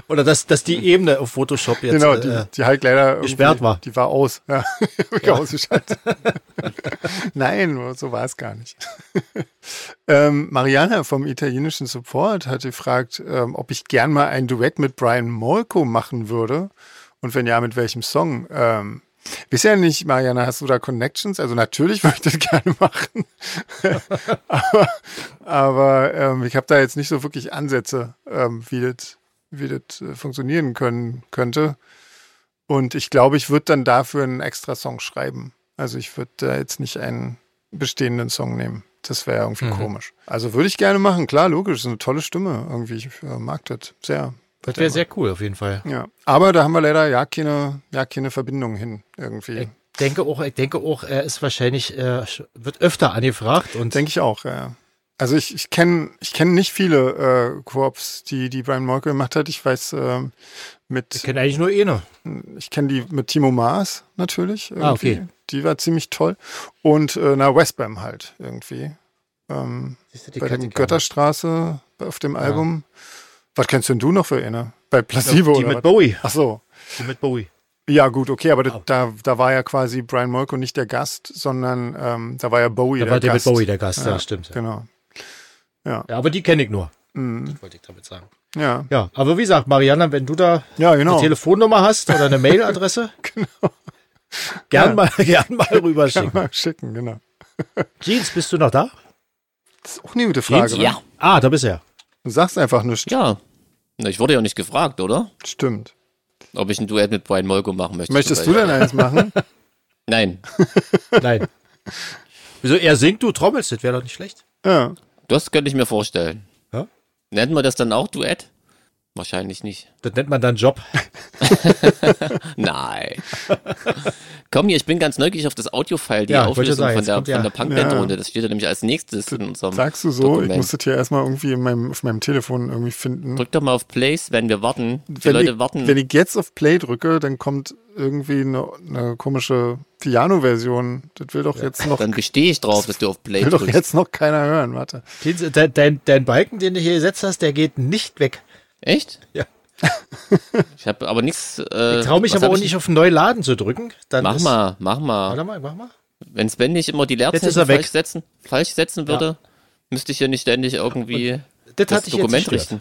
Speaker 2: Oder dass, dass die Ebene auf Photoshop jetzt
Speaker 1: Genau,
Speaker 2: äh,
Speaker 1: die, die halt leider irgendwie-
Speaker 2: gesperrt war.
Speaker 1: Die war aus. Ja, Hab ich ausgeschaltet. Nein, so war es gar nicht. ähm, Mariana vom italienischen Support hat gefragt, ähm, ob ich gern mal ein Duett mit Brian Molko machen würde und wenn ja, mit welchem Song. Ähm, Bisher nicht, Mariana, hast du da Connections? Also natürlich würde ich das gerne machen. aber aber ähm, ich habe da jetzt nicht so wirklich Ansätze, ähm, wie das wie das äh, funktionieren können könnte. Und ich glaube, ich würde dann dafür einen extra Song schreiben. Also ich würde da jetzt nicht einen bestehenden Song nehmen. Das wäre irgendwie komisch. Also würde ich gerne machen, klar, logisch, ist eine tolle Stimme. Irgendwie, ich äh, mag das sehr.
Speaker 2: Das wäre sehr cool auf jeden Fall.
Speaker 1: Ja. Aber da haben wir leider ja keine, ja keine Verbindung hin irgendwie.
Speaker 2: Ich denke auch, ich denke auch, er ist wahrscheinlich, äh, wird öfter angefragt und
Speaker 1: Denke ich auch, ja. Also ich, ich kenne ich kenn nicht viele äh, Koops, die, die Brian Molke gemacht hat. Ich weiß, ähm, mit
Speaker 2: ich kenne eigentlich nur eh eine.
Speaker 1: Ich kenne die mit Timo Maas natürlich. Irgendwie.
Speaker 2: Ah, okay.
Speaker 1: Die war ziemlich toll. Und äh, na, Westbam halt irgendwie. Ähm,
Speaker 2: Siehst du, die
Speaker 1: bei
Speaker 2: kennt
Speaker 1: dem
Speaker 2: ich auch.
Speaker 1: Götterstraße auf dem Album. Was kennst denn du noch für eine? Bei Placebo
Speaker 2: Die
Speaker 1: oder
Speaker 2: mit Ah.
Speaker 1: was?
Speaker 2: Bowie.
Speaker 1: Ach so.
Speaker 2: Die mit Bowie.
Speaker 1: Ja, gut, okay, aber das- da, da war ja quasi Brian Molko nicht der Gast, sondern ähm, da war ja Bowie
Speaker 2: Da
Speaker 1: der
Speaker 2: war David
Speaker 1: Gast.
Speaker 2: Bowie der Gast, ja, stimmt. Ja.
Speaker 1: Genau.
Speaker 2: Ja, aber die kenne ich nur,
Speaker 1: Mhm.
Speaker 2: wollte ich damit sagen.
Speaker 1: Ja.
Speaker 2: Ja, aber wie gesagt, Mariana, wenn du da
Speaker 1: ja,
Speaker 2: eine
Speaker 1: genau.
Speaker 2: Telefonnummer hast oder eine Mailadresse, gern, mal, Genau. gern mal rüberschicken.
Speaker 1: Mal schicken, genau.
Speaker 2: Jeans, bist du noch da?
Speaker 1: Das ist auch eine gute Frage. wa?
Speaker 3: Ja.
Speaker 2: Ah, da bist du ja.
Speaker 1: Du sagst einfach nichts.
Speaker 3: Ja. Na, ich wurde ja nicht gefragt, oder?
Speaker 1: Stimmt.
Speaker 3: Ob ich ein Duett mit Brian Molko machen möchte.
Speaker 1: Möchtest du
Speaker 3: zum Beispiel.
Speaker 1: denn eins machen?
Speaker 3: Nein.
Speaker 2: Nein. Wieso, er singt, du trommelst, das wäre doch nicht schlecht.
Speaker 1: Ja.
Speaker 3: Das könnte ich mir vorstellen.
Speaker 2: Ja?
Speaker 3: Nennt man das dann auch Duett? Wahrscheinlich nicht.
Speaker 2: Das nennt man dann Job.
Speaker 3: Nein. Komm hier, ich bin ganz neugierig auf das Audio-File, die
Speaker 2: Ja, ich wollte
Speaker 3: Auflösung
Speaker 2: sagen,
Speaker 3: von
Speaker 2: jetzt
Speaker 3: der,
Speaker 2: kommt ja-
Speaker 3: von der Punkband-Runde.
Speaker 1: Ja.
Speaker 3: Das steht ja nämlich als nächstes in unserem
Speaker 1: Sagst du so, ich
Speaker 3: Dokument.
Speaker 1: muss das hier erstmal irgendwie in meinem, auf meinem Telefon irgendwie finden.
Speaker 3: Drück doch mal auf Place, wenn wir warten. Die
Speaker 1: wenn,
Speaker 3: Leute
Speaker 1: ich,
Speaker 3: warten.
Speaker 1: wenn ich jetzt auf Play drücke, dann kommt irgendwie eine, eine komische Piano-Version. Das will doch jetzt noch,
Speaker 3: dann bestehe ich drauf, dass du auf Play
Speaker 1: will doch
Speaker 3: drückst.
Speaker 1: jetzt noch keiner hören. Warte.
Speaker 2: Jeans, Dein, dein, dein Balken, den du hier gesetzt hast, der geht nicht weg.
Speaker 3: Echt?
Speaker 2: Ja.
Speaker 3: Ich habe aber nichts. Äh,
Speaker 2: Ich traue mich
Speaker 3: was
Speaker 2: aber
Speaker 3: hab
Speaker 2: auch
Speaker 3: ich-
Speaker 2: nicht auf neu laden zu drücken. Dann
Speaker 3: Mach
Speaker 2: ist,
Speaker 3: mal, mach mal.
Speaker 2: Warte mal, mach mal.
Speaker 3: Wenn Sven nicht immer die
Speaker 2: Jetzt ist
Speaker 3: Leerzeichen
Speaker 2: er weg.
Speaker 3: falsch setzen, falsch setzen würde, müsste ich hier nicht ständig irgendwie
Speaker 2: Das,
Speaker 3: das
Speaker 2: hatte ich
Speaker 3: Dokument
Speaker 2: jetzt gestört.
Speaker 3: richten.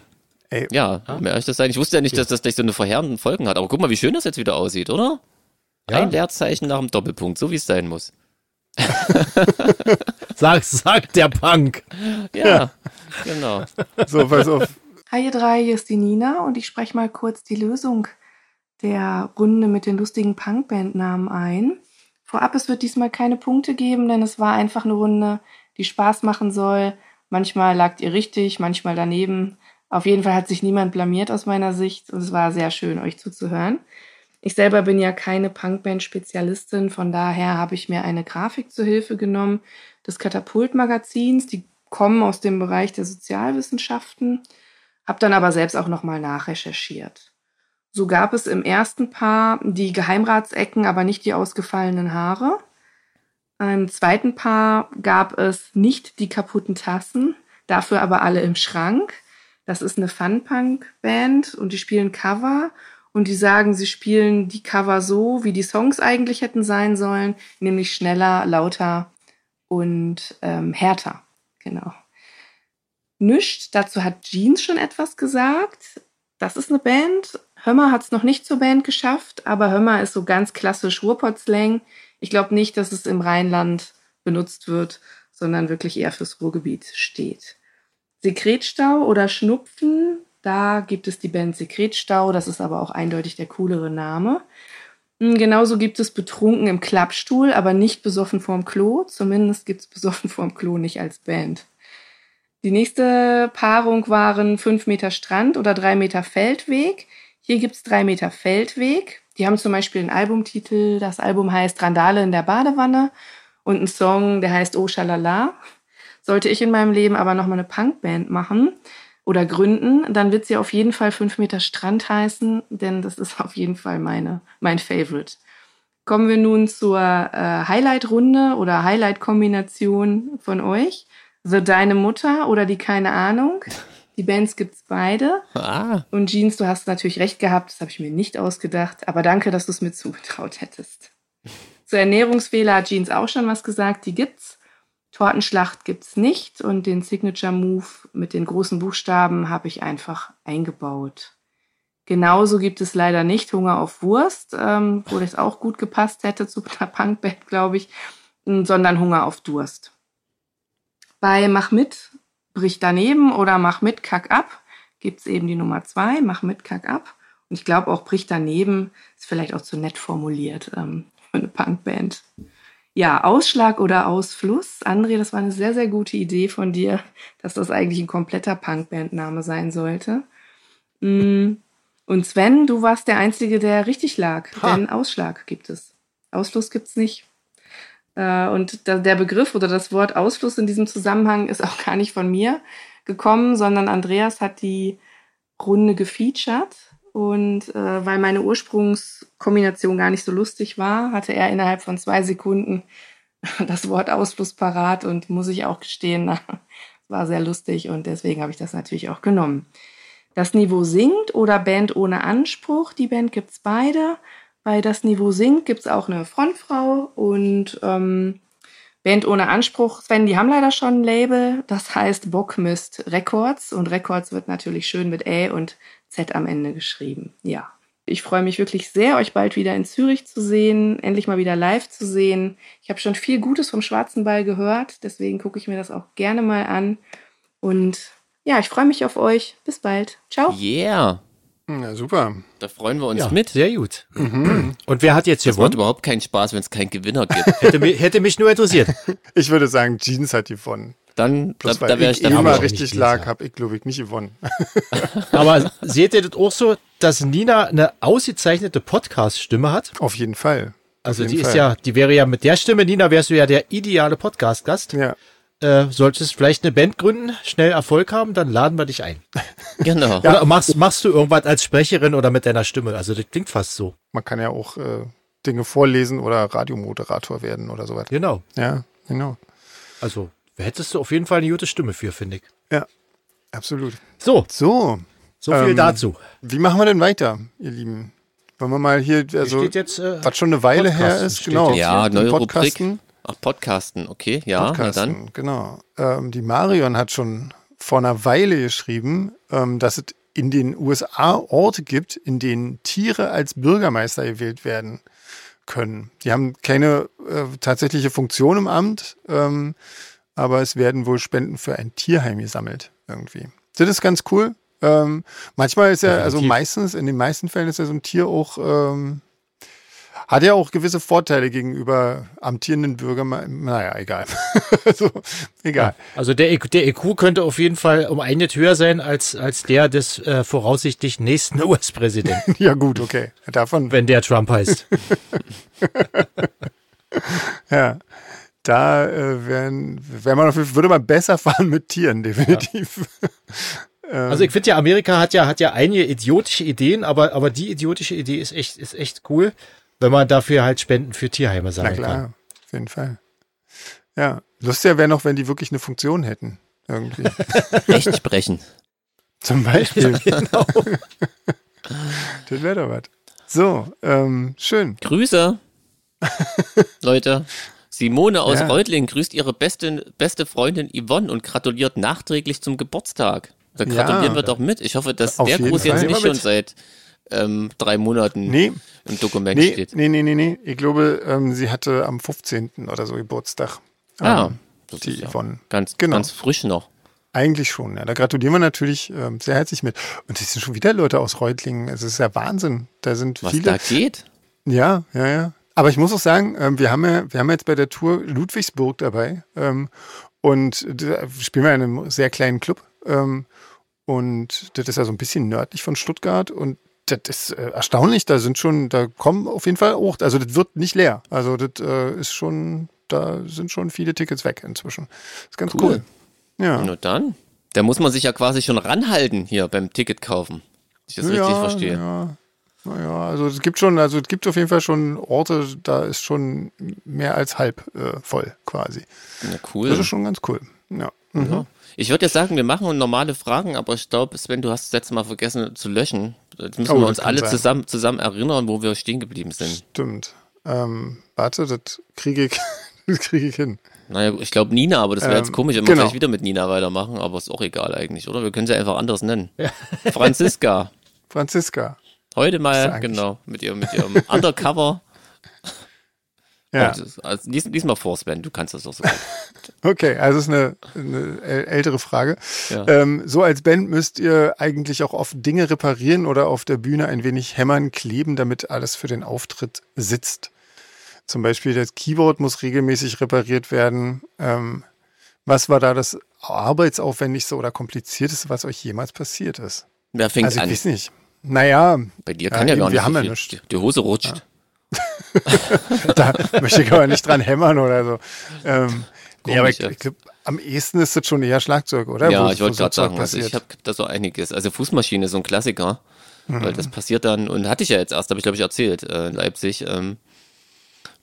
Speaker 1: Ey.
Speaker 3: Ja, um ehrlich zu sein, ich wusste ja nicht, dass das gleich so eine verheerenden Folgen hat. Aber guck mal, wie schön das jetzt wieder aussieht, oder?
Speaker 2: Ja.
Speaker 3: Ein Leerzeichen nach dem Doppelpunkt, so wie es sein muss.
Speaker 2: Sag, sagt der Punk.
Speaker 3: Ja, genau.
Speaker 1: So, pass auf.
Speaker 4: Hi ihr drei, hier ist die Nina und ich spreche mal kurz die Lösung der Runde mit den lustigen Punkbandnamen ein. Vorab, es wird diesmal keine Punkte geben, denn es war einfach eine Runde, die Spaß machen soll. Manchmal lagt ihr richtig, manchmal daneben. Auf jeden Fall hat sich niemand blamiert aus meiner Sicht und es war sehr schön, euch zuzuhören. Ich selber bin ja keine Punkband-Spezialistin, von daher habe ich mir eine Grafik zu Hilfe genommen des Katapult-Magazins. Die kommen aus dem Bereich der Sozialwissenschaften. Hab dann aber selbst auch nochmal nachrecherchiert. So gab es im ersten Paar die Geheimratsecken, aber nicht die ausgefallenen Haare. Im zweiten Paar gab es nicht die kaputten Tassen, dafür aber alle im Schrank. Das ist eine Fun-Punk-Band und die spielen Cover und die sagen, sie spielen die Cover so, wie die Songs eigentlich hätten sein sollen, nämlich schneller, lauter und ähm, härter. Genau. Nüscht, dazu hat Jeans schon etwas gesagt. Das ist eine Band. Hömer hat es noch nicht zur Band geschafft, aber Hömer ist so ganz klassisch Ruhrpott-Slang. Ich glaube nicht, dass es im Rheinland benutzt wird, sondern wirklich eher fürs Ruhrgebiet steht. Sekretstau oder Schnupfen, da gibt es die Band Sekretstau, das ist aber auch eindeutig der coolere Name. Hm, Genauso gibt es betrunken im Klappstuhl, aber nicht besoffen vorm Klo. Zumindest gibt es besoffen vorm Klo nicht als Band. Die nächste Paarung waren 5 Meter Strand oder 3 Meter Feldweg. Hier gibt es 3 Meter Feldweg. Die haben zum Beispiel einen Albumtitel. Das Album heißt Randale in der Badewanne und einen Song, der heißt Oh Schalala. Sollte ich in meinem Leben aber nochmal eine Punkband machen, oder gründen, dann wird sie auf jeden Fall 5 Meter Strand heißen, denn das ist auf jeden Fall meine, mein Favorite. Kommen wir nun zur äh, Highlight-Runde oder Highlight-Kombination von euch. The Deine Mutter oder die Keine Ahnung. Die Bands gibt's beide.
Speaker 3: Ah,
Speaker 4: Und Jeans, du hast natürlich recht gehabt, das habe ich mir nicht ausgedacht, aber danke, dass du es mir zugetraut hättest. Zur Ernährungsfehler hat Jeans auch schon was gesagt, die gibt's. Tortenschlacht gibt's nicht und den Signature Move mit den großen Buchstaben habe ich einfach eingebaut. Genauso gibt es leider nicht Hunger auf Wurst, ähm, wo das auch gut gepasst hätte zu einer Punkband, glaube ich, m, sondern Hunger auf Durst. Bei Mach mit, brich daneben oder Mach mit, kack ab gibt's eben die Nummer zwei, Mach mit, kack ab. Und ich glaube auch brich daneben ist vielleicht auch zu nett formuliert ähm, für eine Punkband. Ja, Ausschlag oder Ausfluss. André, das war eine sehr, sehr gute Idee von dir, dass das eigentlich ein kompletter Punkbandname sein sollte. Mm, Und Sven, du warst der Einzige, der richtig lag,
Speaker 2: Ha.
Speaker 4: denn Ausschlag gibt es. Ausfluss gibt es nicht. Äh, Und da- der Begriff oder das Wort Ausfluss in diesem Zusammenhang ist auch gar nicht von mir gekommen, sondern Andreas hat die Runde gefeatured. Und äh, weil meine Ursprungskombination gar nicht so lustig war, hatte er innerhalb von zwei Sekunden das Wort Ausfluss parat und muss ich auch gestehen, es war sehr lustig und deswegen habe ich das natürlich auch genommen. Das Niveau singt oder Band ohne Anspruch, die Band gibt's beide. Bei Das Niveau singt gibt's auch eine Frontfrau und ähm, Band ohne Anspruch, Sven, die haben leider schon ein Label, das heißt Bockmist Records und Records wird natürlich schön mit Ä und Z am Ende geschrieben. Ja. Ich freue mich wirklich sehr, euch bald wieder in Zürich zu sehen, endlich mal wieder live zu sehen. Ich habe schon viel Gutes vom Schwarzen Ball gehört, deswegen gucke ich mir das auch gerne mal an. Und ja, ich freue mich auf euch. Bis bald. Ciao.
Speaker 3: yeah.
Speaker 1: Ja, super.
Speaker 3: Da freuen wir uns
Speaker 2: Ja,
Speaker 3: mit.
Speaker 2: sehr gut.
Speaker 1: Mhm.
Speaker 2: Und wer hat jetzt
Speaker 3: Das macht
Speaker 2: gewonnen?
Speaker 3: überhaupt keinen Spaß, wenn es keinen Gewinner gibt.
Speaker 2: Hätte mich, hätte mich nur interessiert.
Speaker 1: Ich würde sagen, Jeans hat gewonnen.
Speaker 3: Dann, da,
Speaker 1: Bloß
Speaker 3: da
Speaker 1: weil
Speaker 3: wäre ich
Speaker 1: ich
Speaker 3: dann
Speaker 2: aber auch
Speaker 1: immer
Speaker 2: nicht
Speaker 1: richtig
Speaker 2: Jeans,
Speaker 1: lag,
Speaker 2: ja.
Speaker 1: habe ich, glaube ich, nicht gewonnen.
Speaker 2: Aber seht ihr das auch so, dass Nina eine ausgezeichnete Podcast-Stimme hat?
Speaker 1: Auf jeden Fall.
Speaker 2: Also
Speaker 1: Auf
Speaker 2: die
Speaker 1: jeden
Speaker 2: ist
Speaker 1: Fall.
Speaker 2: ja, die wäre ja mit der Stimme, Nina, wärst du ja der ideale Podcast-Gast.
Speaker 1: Ja.
Speaker 2: Äh, solltest vielleicht eine Band gründen, schnell Erfolg haben, dann laden wir dich ein.
Speaker 3: Genau.
Speaker 2: Oder machst, machst du irgendwas als Sprecherin oder mit deiner Stimme? Also das klingt fast so.
Speaker 1: Man kann ja auch äh, Dinge vorlesen oder Radiomoderator werden oder sowas.
Speaker 2: Genau.
Speaker 1: Ja, genau.
Speaker 2: Also hättest du auf jeden Fall eine gute Stimme für, finde ich.
Speaker 1: Ja, absolut.
Speaker 2: So,
Speaker 1: So,
Speaker 2: so viel
Speaker 1: Ähm,
Speaker 2: dazu.
Speaker 1: wie machen wir denn weiter, ihr Lieben? Wollen wir mal hier, also,
Speaker 2: steht jetzt, äh,
Speaker 1: was schon eine Weile her
Speaker 2: Podcasten
Speaker 1: ist,
Speaker 2: steht
Speaker 1: genau.
Speaker 2: jetzt
Speaker 3: Ja,
Speaker 1: den
Speaker 3: neue
Speaker 1: Podcasten.
Speaker 3: Rubrik. Ach, Podcasten, okay. Ja, na dann.
Speaker 1: Podcasten, genau. Ah, Ähm, die Marion hat schon vor einer Weile geschrieben, ähm, dass es in den USA Orte gibt, in denen Tiere als Bürgermeister gewählt werden können. Die haben keine äh, tatsächliche Funktion im Amt, ähm, aber es werden wohl Spenden für ein Tierheim gesammelt irgendwie. Das ist ganz cool. Ähm, manchmal ist ja, also meistens, in den meisten Fällen ist ja so ein Tier auch ähm, hat ja auch gewisse Vorteile gegenüber amtierenden Bürgern. Naja, egal. so, egal.
Speaker 2: Also der, IQ der EQ könnte auf jeden Fall um einiges höher sein als, als der des äh, voraussichtlich nächsten US-Präsidenten,
Speaker 1: Ja, gut, okay. Davon,
Speaker 2: wenn der Trump heißt.
Speaker 1: ja. Da äh, wären, wär man auf, jeden Fall- würde man besser fahren mit Tieren, definitiv.
Speaker 2: Also ich finde ja, Amerika hat ja, hat ja einige idiotische Ideen, aber, aber die idiotische Idee ist echt, ist echt cool, wenn man dafür halt Spenden für Tierheime
Speaker 1: Na
Speaker 2: sammeln kann.
Speaker 1: klar, auf jeden Fall. Ja, lustiger wäre noch, wenn die wirklich eine Funktion hätten. Irgendwie.
Speaker 3: Recht sprechen.
Speaker 1: Zum Beispiel. genau. das wäre doch was. So, ähm, schön.
Speaker 3: Grüße, Leute. Simone aus
Speaker 1: Ja.
Speaker 3: Reutlingen grüßt ihre beste, beste Freundin Yvonne und gratuliert nachträglich zum Geburtstag. Da
Speaker 1: Ja.
Speaker 3: gratulieren wir doch mit. Ich hoffe, dass
Speaker 1: Auf
Speaker 3: der
Speaker 1: jeden
Speaker 3: Gruß
Speaker 1: Fall.
Speaker 3: jetzt
Speaker 1: Nehmen
Speaker 3: nicht
Speaker 1: wir
Speaker 3: schon
Speaker 1: mit.
Speaker 3: seit ähm, drei Monaten
Speaker 1: Nee,
Speaker 3: im Dokument
Speaker 1: nee,
Speaker 3: steht.
Speaker 1: nee, nee, nee, nee. Ich glaube, ähm, sie hatte am 15. oder so Geburtstag.
Speaker 3: Ah,
Speaker 1: Ähm,
Speaker 3: das ist
Speaker 1: die
Speaker 3: ja
Speaker 1: Yvonne.
Speaker 3: ganz,
Speaker 1: genau.
Speaker 3: ganz frisch noch.
Speaker 1: Eigentlich schon, ja. Da gratulieren wir natürlich ähm, sehr herzlich mit. Und es sind schon wieder Leute aus Reutlingen. Es ist ja Wahnsinn. Da sind
Speaker 3: Was
Speaker 1: viele.
Speaker 3: da geht?
Speaker 1: Ja, ja, ja. Aber ich muss auch sagen, ähm, wir haben ja, wir haben jetzt bei der Tour Ludwigsburg dabei. Ähm, und da spielen wir in einem sehr kleinen Club. Ähm, und das ist ja so ein bisschen nördlich von Stuttgart. Und das ist äh, erstaunlich. Da sind schon, da kommen auf jeden Fall auch, also das wird nicht leer. Also das äh, ist schon, da sind schon viele Tickets weg inzwischen. ist ganz cool.
Speaker 3: Cool.
Speaker 1: Ja.
Speaker 3: Nur dann? Da muss man sich ja quasi schon ranhalten hier beim Ticket kaufen. Wenn Ich das richtig verstehe.
Speaker 1: Ja. Naja, also es gibt schon, also es gibt auf jeden Fall schon Orte, da ist schon mehr als halb äh, voll quasi.
Speaker 3: Na, cool.
Speaker 1: Das ist schon ganz cool. Ja. Mhm.
Speaker 3: Ja. Hm? Ich würde jetzt sagen, wir machen normale Fragen, aber ich glaube, Sven, du hast das letzte Mal vergessen zu löschen. Jetzt müssen
Speaker 1: Oh,
Speaker 3: wir
Speaker 1: das
Speaker 3: uns
Speaker 1: kann
Speaker 3: alle
Speaker 1: sein.
Speaker 3: zusammen, zusammen erinnern, wo wir stehen geblieben sind.
Speaker 1: Stimmt. Ähm, warte, das kriege ich, das kriege ich hin.
Speaker 3: Naja, ich glaube Nina, aber das wäre
Speaker 1: Ähm,
Speaker 3: jetzt komisch, wenn wir
Speaker 1: genau.
Speaker 3: gleich wieder mit Nina weitermachen, aber ist auch egal eigentlich, oder? Wir können sie einfach anders nennen. Franziska.
Speaker 1: Franziska.
Speaker 3: Heute
Speaker 1: Ist ja
Speaker 3: mal,
Speaker 1: eigentlich-
Speaker 3: genau, mit ihrem, mit ihrem Undercover.
Speaker 1: Ja.
Speaker 3: Also, also, lies, lies mal vor, Sven, du kannst das doch so. gut.
Speaker 1: Okay, also ist eine, eine äl- ältere Frage.
Speaker 3: Ja.
Speaker 1: Ähm, so als Band müsst ihr eigentlich auch oft Dinge reparieren oder auf der Bühne ein wenig hämmern, kleben, damit alles für den Auftritt sitzt. Zum Beispiel das Keyboard muss regelmäßig repariert werden. Ähm, was war da das arbeitsaufwendigste oder komplizierteste, was euch jemals passiert ist?
Speaker 3: Wer fängt
Speaker 1: also ich
Speaker 3: an?
Speaker 1: weiß nicht. Naja,
Speaker 3: Bei dir
Speaker 1: Ja,
Speaker 3: kann ja,
Speaker 1: eben,
Speaker 3: gar
Speaker 1: wir
Speaker 3: nicht. so
Speaker 1: haben ja
Speaker 3: viel.
Speaker 1: nichts.
Speaker 3: Die- Die Hose rutscht.
Speaker 1: da möchte ich aber nicht dran hämmern oder so. Ähm, nee, aber ich,
Speaker 3: Komisch, ja.
Speaker 1: ich glaube, am ehesten ist das schon eher Schlagzeug, oder?
Speaker 3: Ja,
Speaker 1: Wo-
Speaker 3: ich
Speaker 1: wo
Speaker 3: wollte
Speaker 1: so
Speaker 3: gerade
Speaker 1: Zeug
Speaker 3: sagen, also ich
Speaker 1: passiert.
Speaker 3: habe da so einiges. Also Fußmaschine, so ein Klassiker, weil das passiert dann, und hatte ich ja jetzt erst, habe ich glaube ich erzählt, äh, in Leipzig. Ähm,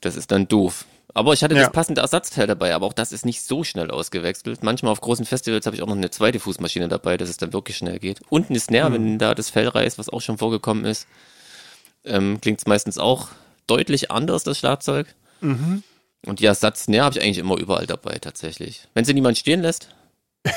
Speaker 3: das ist dann doof. Aber ich hatte
Speaker 1: Ja.
Speaker 3: das passende Ersatzteil dabei, aber auch das ist nicht so schnell ausgewechselt. Manchmal auf großen Festivals habe ich auch noch eine zweite Fußmaschine dabei, dass es dann wirklich schnell geht. Und eine
Speaker 1: Hm.
Speaker 3: Snare, wenn da das Fell reißt, was auch schon vorgekommen ist, ähm, klingt es meistens auch deutlich anders, das Schlagzeug.
Speaker 1: Mhm.
Speaker 3: Und die Ersatz-Snare habe ich eigentlich immer überall dabei, tatsächlich. Wenn sie niemand stehen lässt,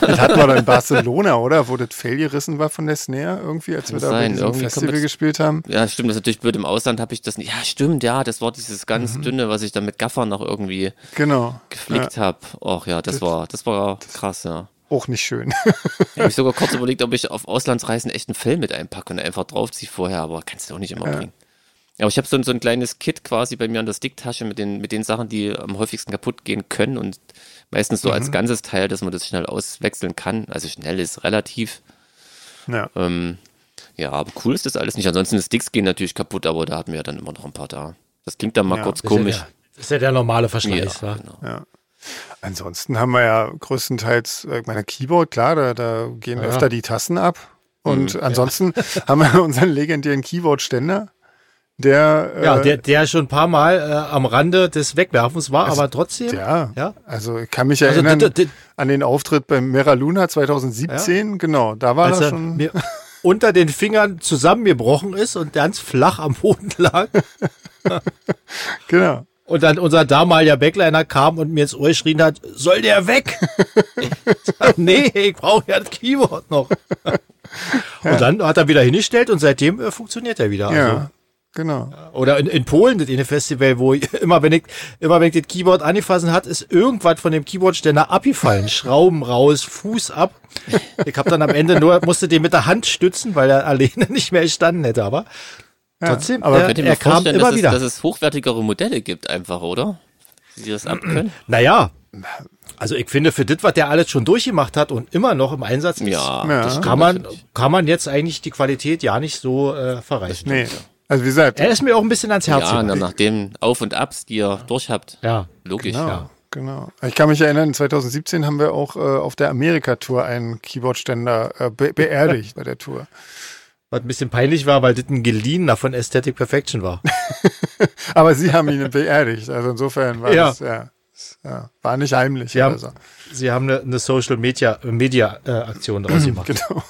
Speaker 1: Das hatten wir doch in Barcelona, oder? Wo das Fell gerissen war von der Snare irgendwie, als wir da
Speaker 3: sein,
Speaker 1: bei diesem
Speaker 3: irgendwie kommt
Speaker 1: Festival
Speaker 3: das-
Speaker 1: gespielt haben.
Speaker 3: Ja, stimmt, das ist natürlich blöd. Im Ausland habe ich das nicht. Ja, stimmt, ja, das war dieses ganz dünne, was ich dann mit Gaffer noch irgendwie
Speaker 1: Genau. Ja,
Speaker 3: geflickt habe. Och ja, das, war, das war krass, ja.
Speaker 1: auch nicht schön.
Speaker 3: Ich habe sogar kurz überlegt, ob ich auf Auslandsreisen echt einen Film mit einpacke und einfach draufziehe vorher, aber kannst du auch nicht immer bringen. Aber ich habe so, ein- so ein kleines Kit quasi bei mir an der Sticktasche mit den, mit den Sachen, die am häufigsten kaputt gehen können und meistens so als ganzes Teil, dass man das schnell auswechseln kann. Also schnell ist relativ.
Speaker 1: ja.
Speaker 3: Ähm, ja, aber cool ist das alles nicht. Ansonsten die Sticks gehen natürlich kaputt, aber da hatten wir ja dann immer noch ein paar da. Das klingt dann mal
Speaker 1: Ja,
Speaker 3: kurz
Speaker 2: Das ist ja
Speaker 3: komisch.
Speaker 2: der- Das ist ja der normale
Speaker 3: Ja,
Speaker 2: Verschleiß, wa?
Speaker 3: genau.
Speaker 1: Ansonsten haben wir ja größtenteils, äh, ich meine, Keyboard, klar, da, da gehen
Speaker 2: Ja.
Speaker 1: öfter die Tasten ab. Und
Speaker 3: Mhm,
Speaker 1: ansonsten haben wir unseren legendären Keyboard-Ständer, der, äh,
Speaker 2: Ja, der, der schon ein paar Mal äh, am Rande des Wegwerfens war, aber trotzdem.
Speaker 1: Ja,
Speaker 2: Ja.
Speaker 1: also ich kann mich
Speaker 2: Also,
Speaker 1: erinnern
Speaker 2: d- d- d-
Speaker 1: an den Auftritt beim Mera Luna 2017, genau, da war
Speaker 2: als
Speaker 1: das
Speaker 2: er
Speaker 1: schon.
Speaker 2: Also, mir unter den Fingern zusammengebrochen ist und ganz flach am Boden lag.
Speaker 1: Genau.
Speaker 2: Und dann unser damaliger Backliner kam und mir ins Ohr geschrien hat, soll der weg? ich sag, nee, ich brauche ja das Keyboard noch. Und dann hat er wieder hingestellt und seitdem äh, funktioniert er wieder.
Speaker 1: Ja,
Speaker 2: Also,
Speaker 1: genau.
Speaker 2: Oder in, in Polen, das eine Festival, wo ich, immer wenn ich, immer wenn ich das Keyboard angefasst hat, ist irgendwas von dem Keyboardständer abgefallen. Schrauben raus, Fuß ab. Ich habe dann am Ende nur, musste den mit der Hand stützen, weil er alleine nicht mehr gestanden hätte, aber trotzdem,
Speaker 1: aber
Speaker 2: er,
Speaker 3: Könnt ihr mir
Speaker 2: er kam
Speaker 3: vorstellen,
Speaker 2: immer
Speaker 3: dass es,
Speaker 2: wieder.
Speaker 3: dass es hochwertigere Modelle gibt einfach, oder? Die das abkönnen?
Speaker 2: naja. Also ich finde, für das, was der alles schon durchgemacht hat und immer noch im Einsatz ist,
Speaker 3: Ja,
Speaker 1: Ja.
Speaker 3: das stimmt
Speaker 2: kann, man,
Speaker 3: natürlich.
Speaker 2: kann man jetzt eigentlich die Qualität ja nicht so äh, verreichen.
Speaker 1: Nee. Also wie gesagt,
Speaker 2: Er ist mir auch ein bisschen ans Herz
Speaker 3: Ja, ne. na,
Speaker 2: gegangen.
Speaker 3: nach dem Auf und Abs, die ihr durch habt.
Speaker 2: Ja.
Speaker 3: Logisch.
Speaker 1: Genau,
Speaker 2: Ja.
Speaker 1: genau. Ich kann mich erinnern, 2017 haben wir auch äh, auf der Amerika-Tour einen Keyboardständer äh, be beerdigt bei der Tour.
Speaker 2: Was ein bisschen peinlich war, weil das ein geliehener von Aesthetic Perfection war.
Speaker 1: Aber sie haben ihn beerdigt. Also insofern war
Speaker 2: Ja.
Speaker 1: das, ja. Ja, war nicht heimlich.
Speaker 2: Sie haben,
Speaker 1: also.
Speaker 2: Sie haben eine, eine Social Media, Media äh, Aktion daraus gemacht.
Speaker 1: Genau.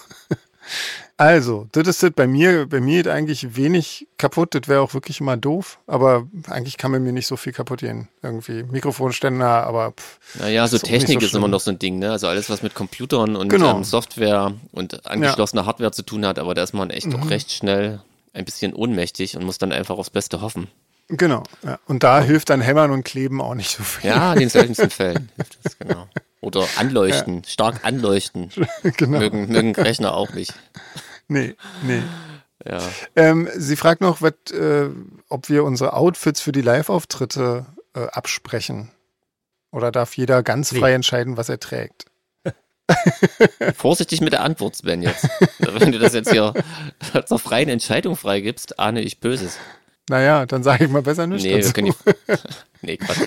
Speaker 1: Also, das ist das bei mir. Bei mir geht eigentlich wenig kaputt. Das wäre auch wirklich immer doof. Aber eigentlich kann man mir nicht so viel kaputt gehen. Irgendwie Mikrofonständer, aber pff,
Speaker 3: Naja, so
Speaker 1: Ist auch nicht
Speaker 3: Technik
Speaker 1: so
Speaker 3: ist immer
Speaker 1: schlimm.
Speaker 3: noch so ein Ding, ne? Also alles, was mit Computern und
Speaker 1: Genau.
Speaker 3: ähm, Software und angeschlossener Hardware zu tun hat, aber da ist man echt
Speaker 2: Mhm.
Speaker 3: auch recht schnell ein bisschen ohnmächtig und muss dann einfach aufs Beste hoffen.
Speaker 1: genau. Ja. Und da hilft dann Hämmern und Kleben auch nicht so viel.
Speaker 3: Ja, in den seltensten Fällen hilft das, genau. Oder anleuchten, stark anleuchten.
Speaker 1: genau.
Speaker 3: Mögen, mögen Rechner auch nicht.
Speaker 1: Nee, nee.
Speaker 3: Ja.
Speaker 1: Ähm, sie fragt noch, wat, äh, ob wir unsere Outfits für die Live-Auftritte äh, absprechen. Oder darf jeder ganz
Speaker 2: Nee.
Speaker 1: frei entscheiden, was er trägt?
Speaker 3: Vorsichtig mit der Antwort, Sven, jetzt. Wenn du das jetzt hier zur freien Entscheidung freigibst, ahne ich Böses.
Speaker 1: Naja, dann sage ich mal besser nichts.
Speaker 3: Nee, wir
Speaker 1: dazu.
Speaker 3: können die, nee, Quatsch.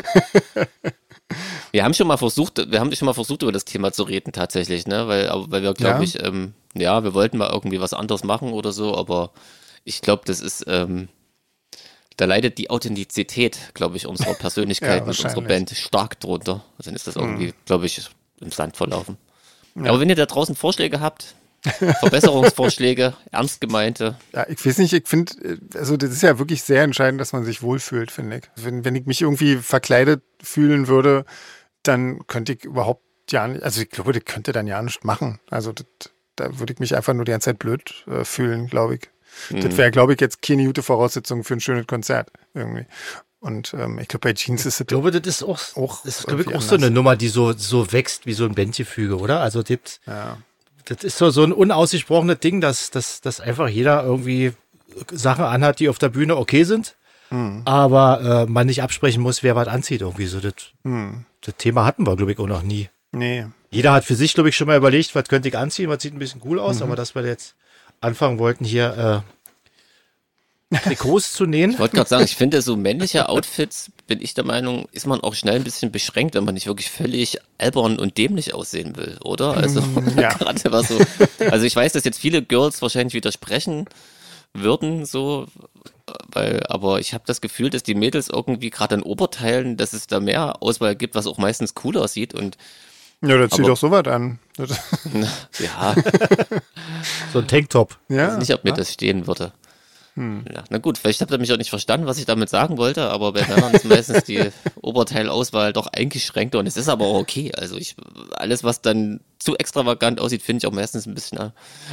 Speaker 3: Wir haben schon mal versucht, wir haben schon mal versucht, über das Thema zu reden tatsächlich, ne? Weil, aber- weil wir, glaube
Speaker 1: Ja.
Speaker 3: ich, ähm, ja, wir wollten mal irgendwie was anderes machen oder so, aber ich glaube, das ist, ähm, da leidet die Authentizität, glaube ich, unserer Persönlichkeit
Speaker 1: Ja,
Speaker 3: und unserer
Speaker 1: wahrscheinlich. Mhm.
Speaker 3: Band stark drunter. Also Dann ist das irgendwie, glaube ich, im Sand verlaufen. Aber wenn ihr da draußen Vorschläge habt, Verbesserungsvorschläge, ernst gemeinte,
Speaker 1: Ja, ich weiß nicht, ich finde, also das ist ja wirklich sehr entscheidend, dass man sich wohlfühlt, finde ich. Wenn, wenn ich mich irgendwie verkleidet fühlen würde, dann könnte ich überhaupt ja nicht, also ich glaube, das könnte dann ja nicht machen. Also das, da würde ich mich einfach nur die ganze Zeit blöd äh, fühlen, glaube ich.
Speaker 3: Mhm.
Speaker 1: Das wäre, glaube ich, jetzt keine gute Voraussetzung für ein schönes Konzert irgendwie. Und ähm, ich glaube, bei Jeans ist das
Speaker 2: Ich glaube, das ist auch,
Speaker 1: Auch
Speaker 2: das ist, glaube ich,
Speaker 1: irgendwie
Speaker 2: auch so eine
Speaker 1: anders.
Speaker 2: Nummer, die so, so wächst wie so ein Bandgefüge, oder? Also, das,
Speaker 1: ja.
Speaker 2: das ist so, so ein unausgesprochenes Ding, dass, dass, dass einfach jeder irgendwie Sachen anhat, die auf der Bühne okay sind,
Speaker 1: Hm.
Speaker 2: aber äh, man nicht absprechen muss, wer was anzieht irgendwie. So, das,
Speaker 1: Hm.
Speaker 2: das Thema hatten wir, glaube ich, auch noch nie.
Speaker 1: Nee.
Speaker 2: Jeder hat für sich, glaube ich, schon mal überlegt, was könnte ich anziehen, was sieht ein bisschen cool aus,
Speaker 1: Mhm.
Speaker 2: aber dass wir jetzt anfangen wollten, hier äh, Trikots zu nähen.
Speaker 3: Ich wollte gerade sagen, ich finde, so männliche Outfits, bin ich der Meinung, ist man auch schnell ein bisschen beschränkt, wenn man nicht wirklich völlig albern und dämlich aussehen will, oder? Also,
Speaker 1: ja.
Speaker 3: gerade was so. Also, ich weiß, dass jetzt viele Girls wahrscheinlich widersprechen würden, so, weil, aber ich habe das Gefühl, dass die Mädels irgendwie gerade an Oberteilen, dass es da mehr Auswahl gibt, was auch meistens cool aussieht und,
Speaker 1: Ja, da zieh
Speaker 3: Aber-
Speaker 1: doch sowas an. Das,
Speaker 3: ja,
Speaker 2: So ein Tanktop.
Speaker 1: ja. Hm.
Speaker 3: weiß nicht, ob mir das stehen würde. Ja, na gut, vielleicht habt ihr mich auch nicht verstanden, was ich damit sagen wollte, aber bei Männern ist meistens die Oberteilauswahl doch eingeschränkter und es ist aber auch okay. Also ich, alles, was dann zu extravagant aussieht, finde ich auch meistens ein bisschen, äh,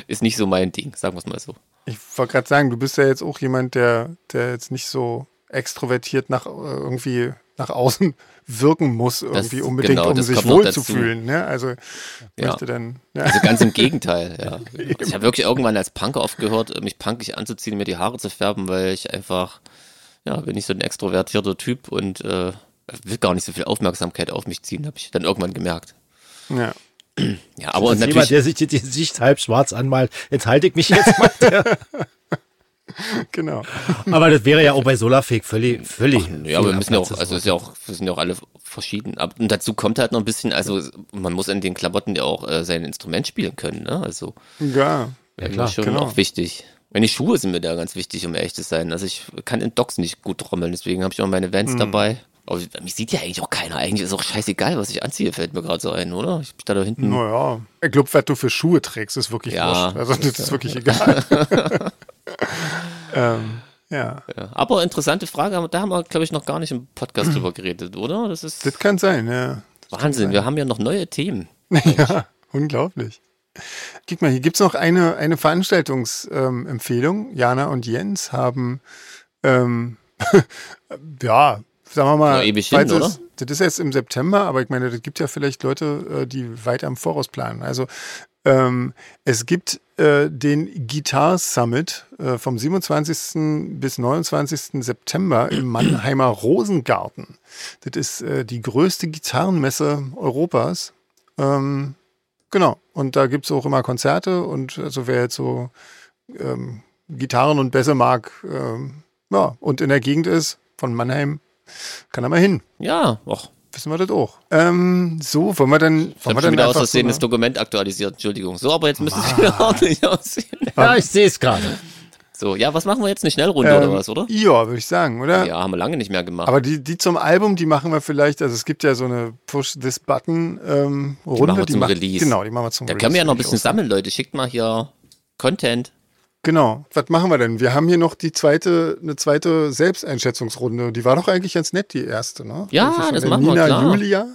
Speaker 3: ist nicht so mein Ding, sagen wir es mal so.
Speaker 1: Ich wollte gerade sagen, du bist ja jetzt auch jemand, der, der jetzt nicht so extrovertiert nach äh, irgendwie nach außen wirken muss, irgendwie unbedingt,
Speaker 3: genau,
Speaker 1: um
Speaker 3: das
Speaker 1: sich
Speaker 3: kommt noch
Speaker 1: wohlzufühlen. Ne? Also
Speaker 3: Ja.
Speaker 1: möchte dann. Ja.
Speaker 3: Also ganz im Gegenteil, ja. Ich habe wirklich irgendwann als Punker aufgehört, mich punkig anzuziehen, mir die Haare zu färben, weil ich einfach, ja, bin ich so ein extrovertierter Typ und äh, will gar nicht so viel Aufmerksamkeit auf mich ziehen, habe ich dann irgendwann gemerkt.
Speaker 1: Ja.
Speaker 3: Ja, aber und
Speaker 2: Als
Speaker 3: natürlich
Speaker 2: jemand, der sich die die Sicht halb schwarz anmalt, enthalte ich mich jetzt mal.
Speaker 1: Genau.
Speaker 2: aber das wäre ja auch bei Solarfake völlig, völlig.
Speaker 3: Ja, aber wir müssen ja auch,
Speaker 2: Platz.
Speaker 3: also ist ja auch, wir sind ja auch alle verschieden. Ab- Und dazu kommt halt noch ein bisschen, also man muss in den Klamotten ja auch äh, sein Instrument spielen können, ne? Also
Speaker 1: Ja.
Speaker 3: ja,
Speaker 2: klar,
Speaker 3: schon
Speaker 1: genau.
Speaker 3: auch wichtig. Meine Schuhe sind mir da ganz wichtig, um ehrlich zu sein. Also ich kann in Docks nicht gut trommeln, deswegen habe ich auch meine Vans dabei. Aber mich sieht ja eigentlich auch keiner. Eigentlich ist auch scheißegal, was ich anziehe, fällt mir gerade so ein, oder? Ich bin da, da hinten.
Speaker 1: Naja. Ich glaube, was du für Schuhe trägst, ist wirklich
Speaker 3: Ja.
Speaker 1: wurscht. Also das ist wirklich egal. ähm, ja.
Speaker 3: Ja. Aber interessante Frage, aber da haben wir, glaube ich, noch gar nicht im Podcast drüber geredet, oder? Das ist
Speaker 1: Das kann sein, ja.
Speaker 3: Wahnsinn. Wir haben ja noch neue Themen.
Speaker 1: Ja, unglaublich. Guck mal, hier gibt es noch eine, eine Veranstaltungsempfehlung. Ähm, Empfehlung. Jana und Jens haben, ähm, ja, sagen wir mal,
Speaker 3: Na, ewig
Speaker 1: falls
Speaker 3: hin,
Speaker 1: es, das ist jetzt im September, aber ich meine, das gibt ja vielleicht Leute, äh, die weiter im Voraus planen. Also ähm, es gibt äh, den Guitar Summit äh, vom 27. bis 29. September im Mannheimer Rosengarten. Das ist äh, die größte Gitarrenmesse Europas. Ähm, genau. Und da gibt es auch immer Konzerte und also wer jetzt so ähm, Gitarren und Bässe mag ähm, ja, und in der Gegend ist von Mannheim, kann er mal hin.
Speaker 3: Ja, och,
Speaker 1: Wissen wir das auch. Ähm, so, wollen wir dann.
Speaker 3: Ich
Speaker 1: Wollen
Speaker 3: habe
Speaker 1: wir
Speaker 3: schon
Speaker 1: dann
Speaker 3: wieder aus
Speaker 1: einfach so
Speaker 3: Versehen
Speaker 1: eine-
Speaker 2: ne?
Speaker 3: das Dokument aktualisiert, Entschuldigung. So, aber jetzt müsste es wieder ordentlich aussehen.
Speaker 2: Ja, ich sehe es gerade.
Speaker 3: So, ja, was machen wir jetzt? Eine Schnellrunde
Speaker 1: Ähm,
Speaker 3: oder was, oder?
Speaker 1: Ja, würde ich sagen, oder?
Speaker 3: Ja, haben wir lange nicht mehr gemacht.
Speaker 1: Aber die, die zum Album, die machen wir vielleicht, also es gibt ja so eine Push-This-Button-Runde.
Speaker 3: machen wir zum Release.
Speaker 1: Genau, ähm, die machen wir zum
Speaker 3: da
Speaker 1: Release.
Speaker 3: können wir ja noch ein bisschen
Speaker 1: durchaus.
Speaker 3: sammeln, Leute. Schickt mal hier Content.
Speaker 1: Genau. Was machen wir denn? Wir haben hier noch die zweite, eine zweite Selbsteinschätzungsrunde. Die war doch eigentlich ganz nett, die erste, ne?
Speaker 3: Ja,
Speaker 1: Also von
Speaker 3: das
Speaker 1: der
Speaker 3: machen wir,
Speaker 1: Nina
Speaker 3: klar.
Speaker 1: Julia.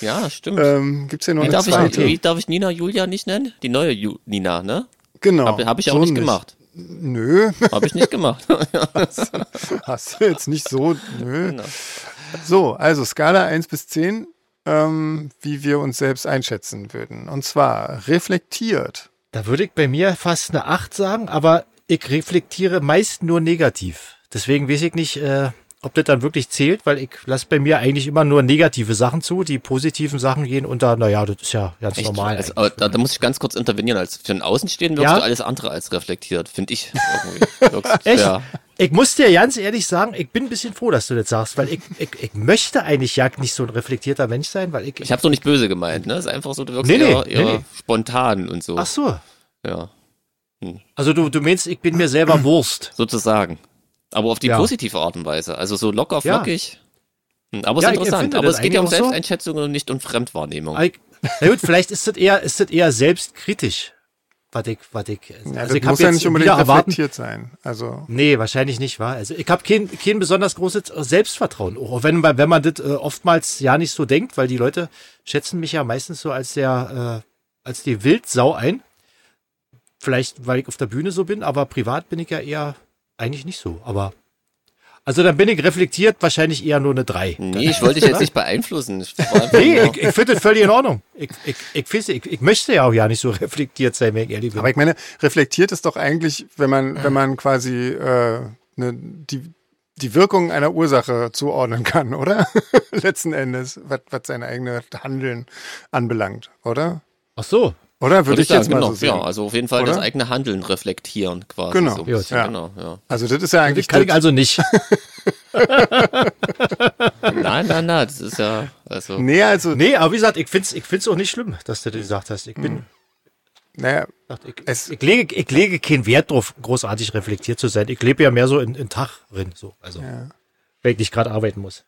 Speaker 3: Ja, stimmt.
Speaker 2: Äh,
Speaker 1: Ähm, gibt's hier noch
Speaker 3: wie,
Speaker 1: eine
Speaker 3: darf ich,
Speaker 1: zweite?
Speaker 3: wie darf ich Nina Julia nicht nennen? Die neue Ju Nina, ne?
Speaker 1: genau.
Speaker 3: Habe hab ich auch
Speaker 1: So
Speaker 3: nicht gemacht.
Speaker 1: Nö,
Speaker 3: Habe ich nicht gemacht.
Speaker 1: hast du jetzt nicht so. Nö.
Speaker 3: Genau.
Speaker 1: So, also Skala 1 bis 10, ähm, wie wir uns selbst einschätzen würden. Und zwar reflektiert.
Speaker 2: Da würde ich bei mir fast eine 8 sagen, aber ich reflektiere meist nur negativ. Deswegen weiß ich nicht, äh, ob das dann wirklich zählt, weil ich lasse bei mir eigentlich immer nur negative Sachen zu. Die positiven Sachen gehen unter, naja, das ist ja ganz normal.
Speaker 3: Also,
Speaker 2: eigentlich.
Speaker 3: aber da, da muss ich ganz kurz intervenieren. Als für einen Außenstehenden wirkst
Speaker 2: Ja?
Speaker 3: du alles andere als reflektiert, finde ich. irgendwie. Wirkst-
Speaker 2: Echt?
Speaker 3: Ja.
Speaker 2: Ich muss dir ganz ehrlich sagen, ich bin ein bisschen froh, dass du das sagst, weil ich, ich, ich möchte eigentlich ja nicht so ein reflektierter Mensch sein, weil ich.
Speaker 3: Ich habe so nicht böse gemeint, ne? Ist einfach so, du wirkst
Speaker 2: Nee, nee,
Speaker 3: eher, eher
Speaker 2: nee, nee.
Speaker 3: spontan und so.
Speaker 2: ach so.
Speaker 3: Ja,
Speaker 2: Also du, du meinst, ich bin mir selber Wurst.
Speaker 3: sozusagen. Aber auf die
Speaker 2: Ja.
Speaker 3: positive Art und Weise. Also so locker,
Speaker 2: Ja.
Speaker 3: flockig. Hm, Aber es
Speaker 2: Ja,
Speaker 3: ist
Speaker 2: ich
Speaker 3: interessant.
Speaker 2: empfinde
Speaker 3: Aber
Speaker 2: das
Speaker 3: es geht ja um
Speaker 2: eigentlich auch so.
Speaker 3: Selbsteinschätzung und nicht um Fremdwahrnehmung.
Speaker 2: Aber Ich, na gut, vielleicht ist das eher, ist das eher selbstkritisch, was ich, was ich.
Speaker 1: Ja,
Speaker 2: also
Speaker 1: das
Speaker 2: ich hab
Speaker 1: muss ja
Speaker 2: jetzt
Speaker 1: nicht unbedingt
Speaker 2: wieder erwarten-
Speaker 1: reflektiert sein. Also,
Speaker 2: Nee, wahrscheinlich nicht, wahr? Also ich habe kein, kein besonders großes äh, Selbstvertrauen. Auch wenn, man- wenn man das äh, oftmals ja nicht so denkt, weil die Leute schätzen mich ja meistens so als der, äh, als die Wildsau ein. Vielleicht, weil ich auf der Bühne so bin, aber privat bin ich ja eher eigentlich nicht so. Aber also dann bin ich reflektiert, wahrscheinlich eher nur eine 3.
Speaker 1: Hm.
Speaker 3: Nee, ich wollte dich jetzt nicht beeinflussen. Ich war einfach
Speaker 2: Nee,
Speaker 3: nur-
Speaker 2: ich, ich finde das völlig in Ordnung. Ich, ich, ich, weiß, ich, ich möchte ja auch ja nicht so reflektiert sein, wenn ich ehrlich bin.
Speaker 1: aber ich meine, reflektiert ist doch eigentlich, wenn man, wenn man quasi äh, ne, die, die Wirkung einer Ursache zuordnen kann, oder? Letzten Endes, was, was sein eigenes Handeln anbelangt, oder?
Speaker 2: Ach so,
Speaker 1: Oder würde
Speaker 3: Würde
Speaker 1: ich jetzt
Speaker 3: sagen,
Speaker 1: mal
Speaker 3: genau.
Speaker 1: so sehen?
Speaker 3: Ja, also auf jeden Fall
Speaker 1: Oder?
Speaker 3: das eigene Handeln reflektieren quasi.
Speaker 1: Genau.
Speaker 3: So ein
Speaker 1: Ja.
Speaker 3: bisschen,
Speaker 1: Ja.
Speaker 3: genau ja.
Speaker 1: Also das ist ja
Speaker 2: das
Speaker 1: eigentlich
Speaker 2: kann ich
Speaker 1: das-
Speaker 2: also nicht.
Speaker 3: Nein, nein, nein, das ist ja, also,
Speaker 1: Nee, also
Speaker 2: Nee, aber wie gesagt, ich find's, ich find's auch nicht schlimm, dass du das gesagt hast. Ich bin,
Speaker 1: naja,
Speaker 2: sagt, ich,
Speaker 1: Es-
Speaker 2: ich lege, ich lege keinen Wert drauf, großartig reflektiert zu sein. Ich lebe ja mehr so in, in Tag drin, so. Also, wenn ich nicht gerade arbeiten muss.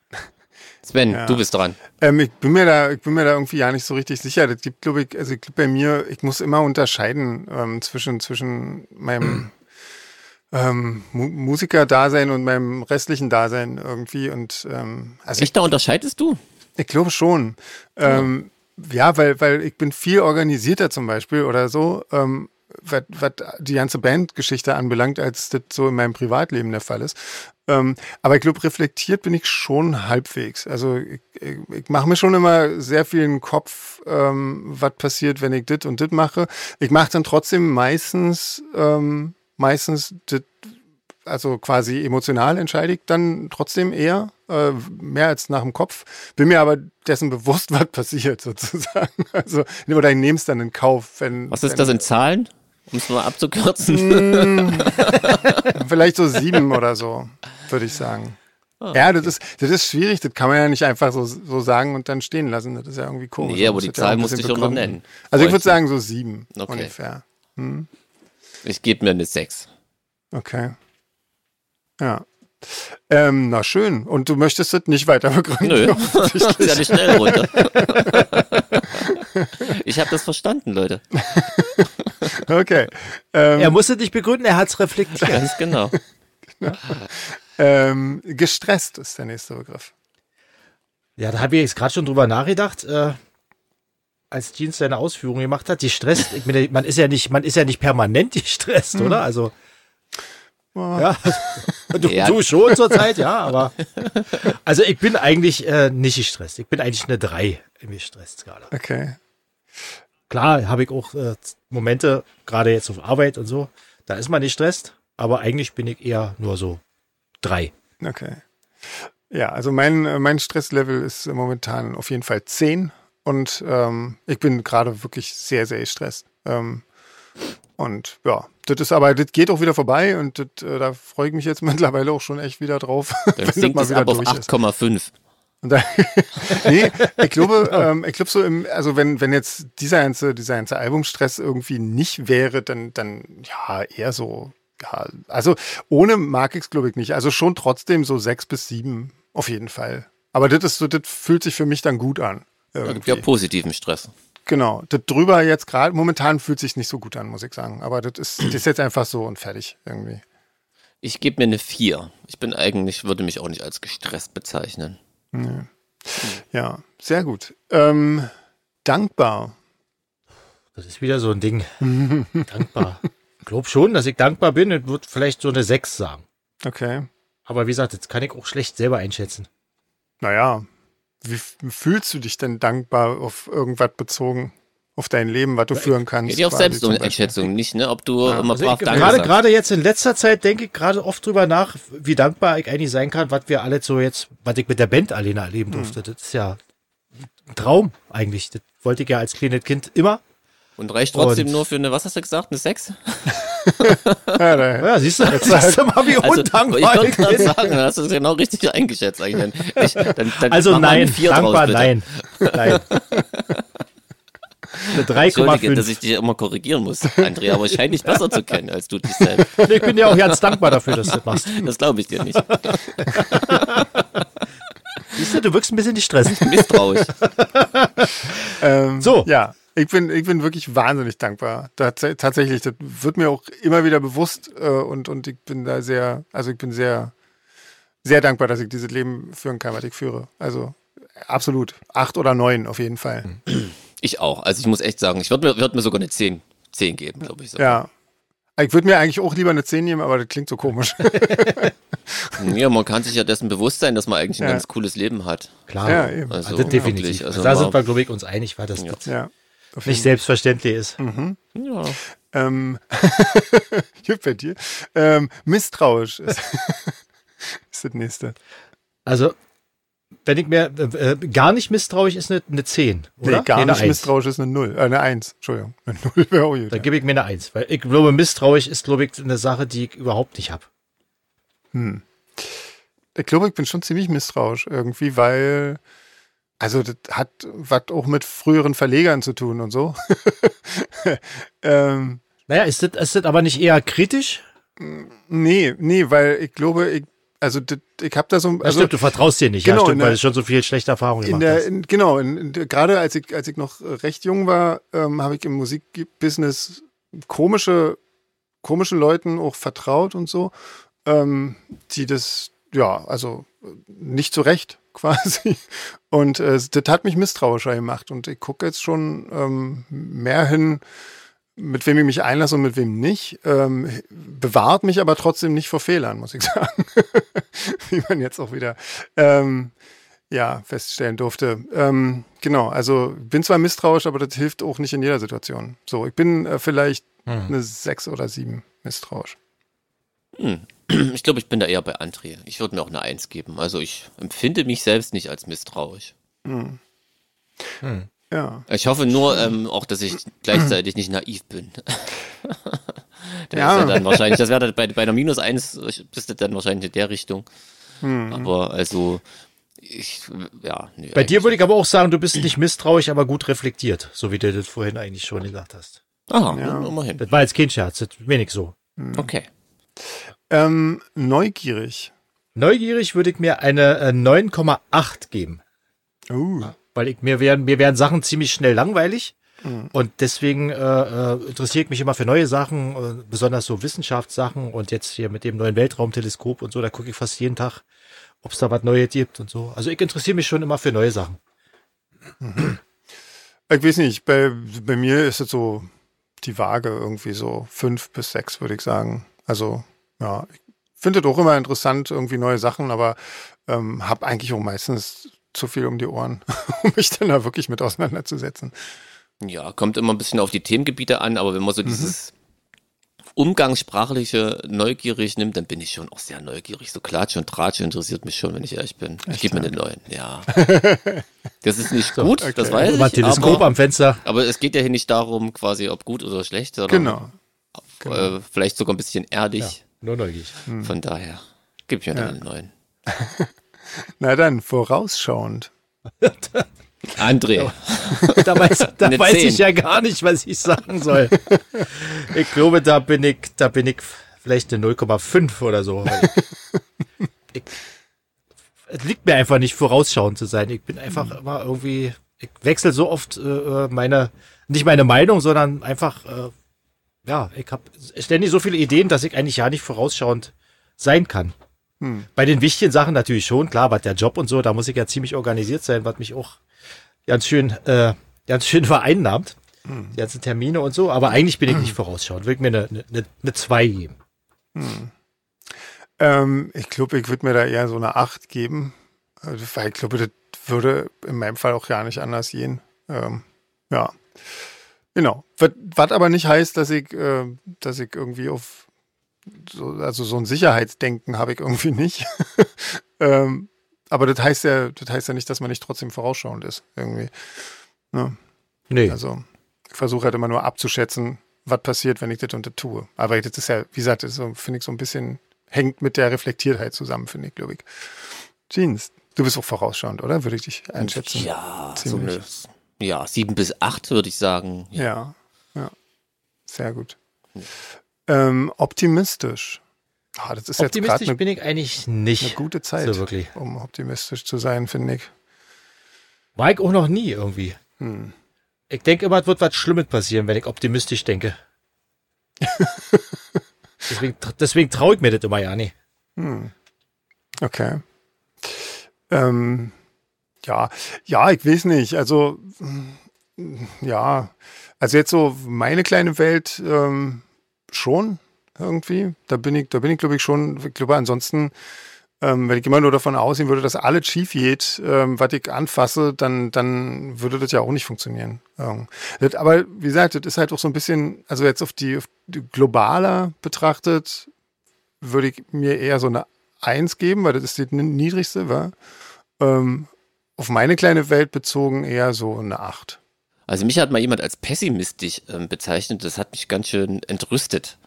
Speaker 3: Sven, du bist dran.
Speaker 1: Ähm, ich bin mir da, ich bin mir da irgendwie ja nicht so richtig sicher. Das gibt, glaube ich, also ich glaub bei mir, ich muss immer unterscheiden ähm, zwischen zwischen meinem ähm, Mu Musiker-Dasein und meinem restlichen Dasein irgendwie. Und ähm, also ich,
Speaker 3: Echt, da unterscheidest du?
Speaker 1: ich glaube schon. Ähm, ja, weil weil ich bin viel organisierter zum Beispiel oder so. Ähm, was, was die ganze Bandgeschichte anbelangt, als das so in meinem Privatleben der Fall ist. Ähm, aber ich glaube, reflektiert bin ich schon halbwegs. Also ich, ich, ich mache mir schon immer sehr viel in den Kopf, ähm, was passiert, wenn ich dit und dit mache. Ich mache dann trotzdem meistens, ähm, meistens dit, also quasi emotional entscheide ich dann trotzdem eher, äh, mehr als nach dem Kopf. Bin mir aber dessen bewusst, was passiert sozusagen. Also, oder ich nehme es dann in Kauf, wenn.
Speaker 3: Was ist
Speaker 1: wenn,
Speaker 3: das in Zahlen? Um es mal abzukürzen.
Speaker 1: Vielleicht so sieben oder so, würde ich sagen.
Speaker 3: Ah,
Speaker 1: Ja, das ist, das ist schwierig, das kann man ja nicht einfach so, so sagen und dann stehen lassen. Das ist ja irgendwie komisch.
Speaker 3: Nee, aber
Speaker 1: Man
Speaker 3: die
Speaker 1: muss das
Speaker 3: Zahl
Speaker 1: ja auch ein
Speaker 3: musste
Speaker 1: bisschen
Speaker 3: ich auch noch
Speaker 1: begründen.
Speaker 3: nennen.
Speaker 1: Also ich würde
Speaker 3: Wollte.
Speaker 1: sagen so sieben
Speaker 3: Okay.
Speaker 1: ungefähr.
Speaker 3: Ich gebe mir eine 6.
Speaker 1: Okay. Ja. Ähm, na schön. Und du möchtest das nicht weiter begründen.
Speaker 3: Nö.
Speaker 1: offensichtlich.
Speaker 3: Das ist ja eine Schnellrunde. ich habe das verstanden, Leute.
Speaker 1: Okay. Ähm,
Speaker 2: Er musste dich begründen, er hat's reflektiert.
Speaker 3: Ganz genau.
Speaker 1: ähm, gestresst ist der nächste Begriff.
Speaker 2: Ja, da habe ich jetzt gerade schon drüber nachgedacht, äh, als Jeans seine Ausführungen gemacht hat. Die stresst, ich meine, man ist ja nicht, man ist ja nicht permanent gestresst, oder? Also, ja. Du,
Speaker 3: Ja.
Speaker 2: du schon zurzeit, ja, aber. Also, ich bin eigentlich äh, nicht gestresst. Ich bin eigentlich eine 3 im Stressskala.
Speaker 1: Okay.
Speaker 2: Klar, habe ich auch äh, Momente, gerade jetzt auf Arbeit und so, da ist man nicht gestresst, aber eigentlich bin ich eher nur so drei.
Speaker 1: Okay. Ja, also mein, äh, mein Stresslevel ist äh, momentan auf jeden Fall 10 und ähm, ich bin gerade wirklich sehr, sehr gestresst. Ähm, und ja, das ist aber, das geht auch wieder vorbei und das, äh, da freue ich mich jetzt mittlerweile auch schon echt wieder drauf,
Speaker 3: Dann sinkt es ab auf 8,5.
Speaker 1: Und da, nee, ich glaube, ähm, ich glaube so im, also wenn, wenn jetzt dieser ganze, dieser ganze Albumstress irgendwie nicht wäre, dann, dann ja, eher so ja, also ohne mag ich es, glaube ich, nicht. Also schon trotzdem so sechs bis sieben, auf jeden Fall. Aber das, ist so, das fühlt sich für mich dann gut an.
Speaker 3: Irgendwie. Ja, positiven Stress.
Speaker 1: Genau. Das drüber jetzt gerade, momentan fühlt sich nicht so gut an, muss ich sagen. Aber das ist, das ist jetzt einfach so und fertig irgendwie.
Speaker 3: Ich gebe mir eine vier. Ich bin eigentlich, würde mich auch nicht als gestresst bezeichnen.
Speaker 1: Nee. Ja, sehr gut. Ähm, dankbar.
Speaker 2: Das ist wieder so ein Ding. dankbar. Ich glaube schon, dass ich dankbar bin und würde vielleicht so eine 6 sagen.
Speaker 1: Okay.
Speaker 2: Aber wie gesagt, jetzt kann ich auch schlecht selber einschätzen.
Speaker 1: Naja, wie fühlst du dich denn dankbar auf irgendwas bezogen? Auf dein Leben, was du ja, führen kannst.
Speaker 3: Geht ja auch selbst um Einschätzung, nicht, ne? Ob du ja, immer
Speaker 2: also brav ich, Danke gerade, gerade jetzt in letzter Zeit denke ich gerade oft drüber nach, wie dankbar ich eigentlich sein kann, was wir alle so jetzt, was ich mit der Band alleine erleben durfte. Hm. Das ist ja ein Traum eigentlich. Das wollte ich ja als kleines Kind immer.
Speaker 3: Und reicht trotzdem und nur für eine, was hast du gesagt, eine 6?
Speaker 2: ja, ja, siehst du, siehst halt, du mal, wie also, undankbar
Speaker 3: ich wollte sagen, hast du es genau richtig eingeschätzt eigentlich. Ich, dann,
Speaker 2: dann also nein, dankbar draus, nein, nein.
Speaker 3: Eine 3,5. Entschuldige, dass ich dich immer korrigieren muss, Andrea, aber ich scheine dich besser zu kennen, als du dich selbst.
Speaker 2: Ich bin ja auch ganz dankbar dafür, dass du das machst.
Speaker 3: Das glaube ich dir nicht.
Speaker 2: Siehst du, du wirkst ein bisschen gestresst.
Speaker 3: Misstrauisch.
Speaker 2: Mhm.
Speaker 1: Ähm,
Speaker 3: Oh.
Speaker 1: so. Ja, ich bin, ich bin wirklich wahnsinnig dankbar. Tats tatsächlich, das wird mir auch immer wieder bewusst äh, und, und ich bin da sehr, also ich bin sehr, sehr dankbar, dass ich dieses Leben führen kann, was ich führe. Also absolut. Acht oder neun auf jeden Fall.
Speaker 3: Mhm. Ich auch. Also ich muss echt sagen, ich würde mir, würd mir sogar eine zehn, zehn geben, glaube ich. So.
Speaker 1: Ja. Ich würde mir eigentlich auch lieber eine zehn nehmen, aber das klingt so komisch.
Speaker 3: ja, man kann sich ja dessen bewusst sein, dass man eigentlich ein ja. ganz cooles Leben hat.
Speaker 2: Klar, ja, eben. Also, also definitiv. Wirklich, also da sind wir, glaube ich, uns einig, war das
Speaker 1: ja. ja
Speaker 2: nicht selbstverständlich ist.
Speaker 1: Mhm. Ja. Ähm, bei dir. Ähm, misstrauisch ist, ist das nächste.
Speaker 2: Also, wenn ich mir äh, gar nicht misstrauisch ist eine, eine 10. Oder? Nee,
Speaker 1: gar nee, nicht 1. misstrauisch ist eine 0. Äh, eine 1, Entschuldigung. Eine 0 wäre auch
Speaker 2: gut. Dann gebe ich mir eine 1, weil ich glaube, misstrauisch ist, glaube ich, eine Sache, die ich überhaupt nicht habe.
Speaker 1: Hm. Ich glaube, ich bin schon ziemlich misstrauisch irgendwie, weil. Also das hat was auch mit früheren Verlegern zu tun und so.
Speaker 2: ähm, naja, ist das, ist das aber nicht eher kritisch?
Speaker 1: Nee, nee, weil ich glaube, ich, also das, ich habe da so... Also, ja,
Speaker 2: stimmt, du vertraust dir nicht, genau, ja, stimmt, der, weil du schon so viel schlechte Erfahrungen gemacht
Speaker 1: der,
Speaker 2: hast.
Speaker 1: In, genau, in, in, gerade als ich, als ich noch recht jung war, ähm, habe ich im Musikbusiness komische, komische Leuten auch vertraut und so, ähm, die das, ja, also nicht zu Recht quasi. Und äh, das hat mich misstrauischer gemacht. Und ich gucke jetzt schon ähm, mehr hin, mit wem ich mich einlasse und mit wem nicht. Ähm, bewahrt mich aber trotzdem nicht vor Fehlern, muss ich sagen. Wie man jetzt auch wieder ähm, ja, feststellen durfte. genau, also bin zwar misstrauisch, aber das hilft auch nicht in jeder Situation. So, ich bin äh, vielleicht hm. eine 6 oder 7 misstrauisch.
Speaker 3: Hm ich glaube, ich bin da eher bei André. Ich würde mir auch eine Eins geben. Also ich empfinde mich selbst nicht als misstrauisch. Hm. Hm. Ja. Ich hoffe nur ähm, auch, dass ich gleichzeitig nicht naiv bin. das ja. ja. dann wahrscheinlich, das wäre bei, bei einer Minus Eins, bist du dann wahrscheinlich in der Richtung. Hm. Aber also, ich, ja.
Speaker 2: Nee, bei dir würde ich aber auch sagen, du bist nicht misstrauisch, aber gut reflektiert, so wie du das vorhin eigentlich schon gesagt hast.
Speaker 3: Aha, ja. immerhin.
Speaker 2: Das war jetzt kein Scherz, das wenig so.
Speaker 3: Okay.
Speaker 1: Ähm, neugierig.
Speaker 2: Neugierig würde ich mir eine äh, 9,8 geben.
Speaker 1: Uh.
Speaker 2: Weil ich, mir werden, mir werden Sachen ziemlich schnell langweilig. Mm. Und deswegen äh, interessiere ich mich immer für neue Sachen, äh, besonders so Wissenschaftssachen und jetzt hier mit dem neuen Weltraumteleskop und so, da gucke ich fast jeden Tag, ob es da was Neues gibt und so. Also ich interessiere mich schon immer für neue Sachen.
Speaker 1: Ich weiß nicht, bei, bei mir ist es so die Waage irgendwie so fünf bis sechs, würde ich sagen. Also ja, ich finde doch immer interessant, irgendwie neue Sachen, aber ähm, habe eigentlich auch meistens zu viel um die Ohren, um mich dann da wirklich mit auseinanderzusetzen.
Speaker 3: Ja, kommt immer ein bisschen auf die Themengebiete an, aber wenn man so mhm. dieses umgangssprachliche neugierig nimmt, dann bin ich schon auch sehr neugierig. So Klatsch und Tratsch interessiert mich schon, wenn ich ehrlich bin. Ich gebe mir den neuen, ja. Das ist nicht so, gut, okay. das weiß ich.
Speaker 2: Teleskop aber, am Fenster.
Speaker 3: Aber es geht ja hier nicht darum, quasi, ob gut oder schlecht, sondern
Speaker 1: genau.
Speaker 3: Auf, genau. Äh, vielleicht sogar ein bisschen erdig. Ja.
Speaker 2: Nur neugierig.
Speaker 3: Hm. Von daher, gib mir ja. einen neuen.
Speaker 1: Na dann, vorausschauend.
Speaker 3: André.
Speaker 2: da weiß, da weiß ich ja gar nicht, was ich sagen soll. Ich glaube, da bin ich, da bin ich vielleicht eine 0,5 oder so. weil ich- ich, es liegt mir einfach nicht vorausschauend zu sein. Ich bin einfach immer irgendwie, ich wechsle so oft äh, meine, nicht meine Meinung, sondern einfach, äh, ja, ich habe ständig so viele Ideen, dass ich eigentlich ja nicht vorausschauend sein kann.
Speaker 1: Hm.
Speaker 2: Bei den wichtigen Sachen natürlich schon, klar, was der Job und so, da muss ich ja ziemlich organisiert sein, was mich auch ganz schön, äh, ganz schön vereinnahmt.
Speaker 1: Hm.
Speaker 2: Die ganzen Termine und so, aber eigentlich bin ich nicht vorausschauend. Würde ich mir eine, eine, eine 2 geben.
Speaker 1: Ähm, ich glaube, ich würde mir da eher so eine 8 geben. Also, Weil ich glaube, das würde in meinem Fall auch gar nicht anders gehen. Ähm, ja. Genau. Was- Was aber nicht heißt, dass ich, äh, dass ich irgendwie auf so, also so ein Sicherheitsdenken habe ich irgendwie nicht. ähm, aber das heißt ja, das heißt ja nicht, dass man nicht trotzdem vorausschauend ist. Irgendwie.
Speaker 2: Nee.
Speaker 1: Also ich versuche halt immer nur abzuschätzen, was passiert, wenn ich das und das tue. Aber das ist ja, wie gesagt, das ist so, finde ich so ein bisschen, hängt mit der Reflektiertheit zusammen, finde ich, glaube ich. Jeans, du bist auch vorausschauend, oder? Würde ich dich einschätzen.
Speaker 3: Ja,
Speaker 1: Ziemlich.
Speaker 3: so eine, ja, sieben bis acht würde ich sagen. Ja.
Speaker 1: Ja, ja. Sehr gut. Ähm, optimistisch. Ah, das ist jetzt gerade
Speaker 2: Optimistisch
Speaker 1: eine,
Speaker 2: bin ich eigentlich
Speaker 1: eine
Speaker 2: nicht.
Speaker 1: gute Zeit,
Speaker 2: So wirklich.
Speaker 1: um optimistisch zu sein, finde ich.
Speaker 2: War ich auch noch nie irgendwie.
Speaker 1: Hm.
Speaker 2: Ich denke immer, es wird was Schlimmes passieren, wenn ich optimistisch denke. deswegen deswegen traue ich mir das immer ja nicht.
Speaker 1: Hm. Okay. Ähm, ja, ja, ich weiß nicht. Also, mm, ja, also jetzt so meine kleine Welt ähm, schon irgendwie. Da bin ich, da bin ich, glaube ich, schon. Ich glaube, ansonsten, ähm, wenn ich immer nur davon ausgehen würde, dass alles schief geht, ähm, was ich anfasse, dann, dann würde das ja auch nicht funktionieren. Ähm, das, aber wie gesagt, das ist halt auch so ein bisschen, also jetzt auf die, auf die globaler betrachtet, würde ich mir eher so eine 1 geben, weil das ist die n- niedrigste, war. Ähm, auf meine kleine Welt bezogen eher so eine 8.
Speaker 3: Also mich hat mal jemand als pessimistisch ähm, bezeichnet. Das hat mich ganz schön entrüstet,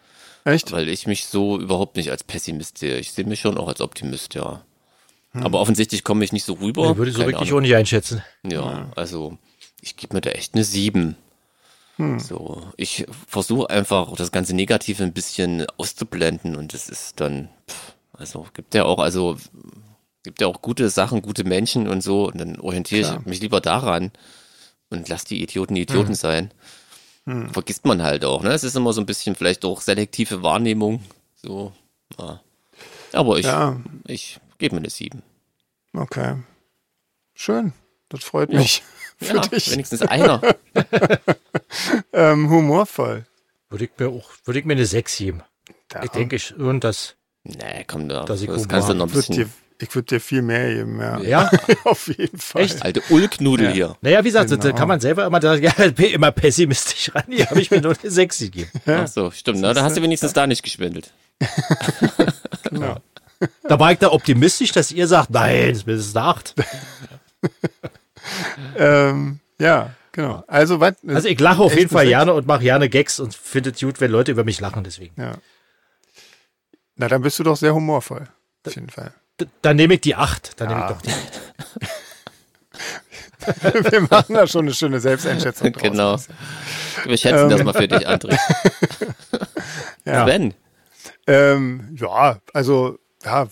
Speaker 1: Echt?
Speaker 3: weil ich mich so überhaupt nicht als Pessimist sehe. Ich sehe mich schon auch als Optimist, ja. Aber offensichtlich komme ich nicht so rüber.
Speaker 2: Ich Hm. würde so
Speaker 3: Keine
Speaker 2: wirklich
Speaker 3: Ahnung.
Speaker 2: auch nicht einschätzen.
Speaker 3: Ja, also ich gebe mir da echt eine 7.
Speaker 1: Hm.
Speaker 3: So, ich versuche einfach das ganze Negative ein bisschen auszublenden und es ist dann, pff, also gibt ja auch, also gibt ja auch gute Sachen, gute Menschen und so und dann orientiere ich
Speaker 1: Klar. Hm.
Speaker 3: mich lieber daran und lass die Idioten die Idioten sein. Vergisst man halt auch, ne? Es ist immer so ein bisschen vielleicht auch selektive Wahrnehmung, so. Ja. Aber ich,
Speaker 1: Ja,
Speaker 3: ich gebe mir eine 7.
Speaker 1: okay. Schön. Das freut
Speaker 3: Ja.
Speaker 1: mich. Für
Speaker 3: Ja,
Speaker 1: dich.
Speaker 3: wenigstens einer.
Speaker 1: Ähm, humorvoll.
Speaker 2: Würde ich mir auch, würde ich mir eine 6 geben.
Speaker 1: Da
Speaker 2: Ich denke schon, dass,
Speaker 3: Nee, komm da.
Speaker 2: Dass
Speaker 3: Das,
Speaker 2: ich oben
Speaker 3: kannst
Speaker 2: war.
Speaker 3: du noch ein
Speaker 1: ich würde
Speaker 3: bisschen.
Speaker 1: ähm, dir, ich würd dir viel mehr geben, ja.
Speaker 2: ja,
Speaker 1: Auf jeden Fall.
Speaker 2: Echt?
Speaker 3: Alte Ullknudel hier.
Speaker 2: naja, wie gesagt, da
Speaker 1: Genau.
Speaker 2: kann man selber immer, da, ja, immer pessimistisch ran. Hier habe ich mir nur eine 6 gegeben.
Speaker 3: Ach so, stimmt. Na, da hast du wenigstens da nicht geschwindelt.
Speaker 1: Genau.
Speaker 2: Da war ich da optimistisch, dass ihr sagt, nein, es ist eine 8.
Speaker 1: Ähm, ja, genau. Also, was?
Speaker 2: Also ich lache auf
Speaker 1: Echt
Speaker 2: jeden
Speaker 1: eine
Speaker 2: Fall
Speaker 1: Sechs?
Speaker 2: gerne und mache gerne Gags und finde es gut, wenn Leute über mich lachen, deswegen.
Speaker 1: ja. Na, dann bist du doch sehr humorvoll. Auf jeden Fall.
Speaker 2: D dann nehme ich die 8. Dann nehme
Speaker 1: Ja.
Speaker 2: ich doch die
Speaker 1: Wir machen da schon eine schöne Selbsteinschätzung draus.
Speaker 3: Genau. Wir
Speaker 2: Ähm.
Speaker 3: schätzen das mal für dich, André.
Speaker 1: Ja.
Speaker 3: Sven,
Speaker 1: Ähm, ja, also ja,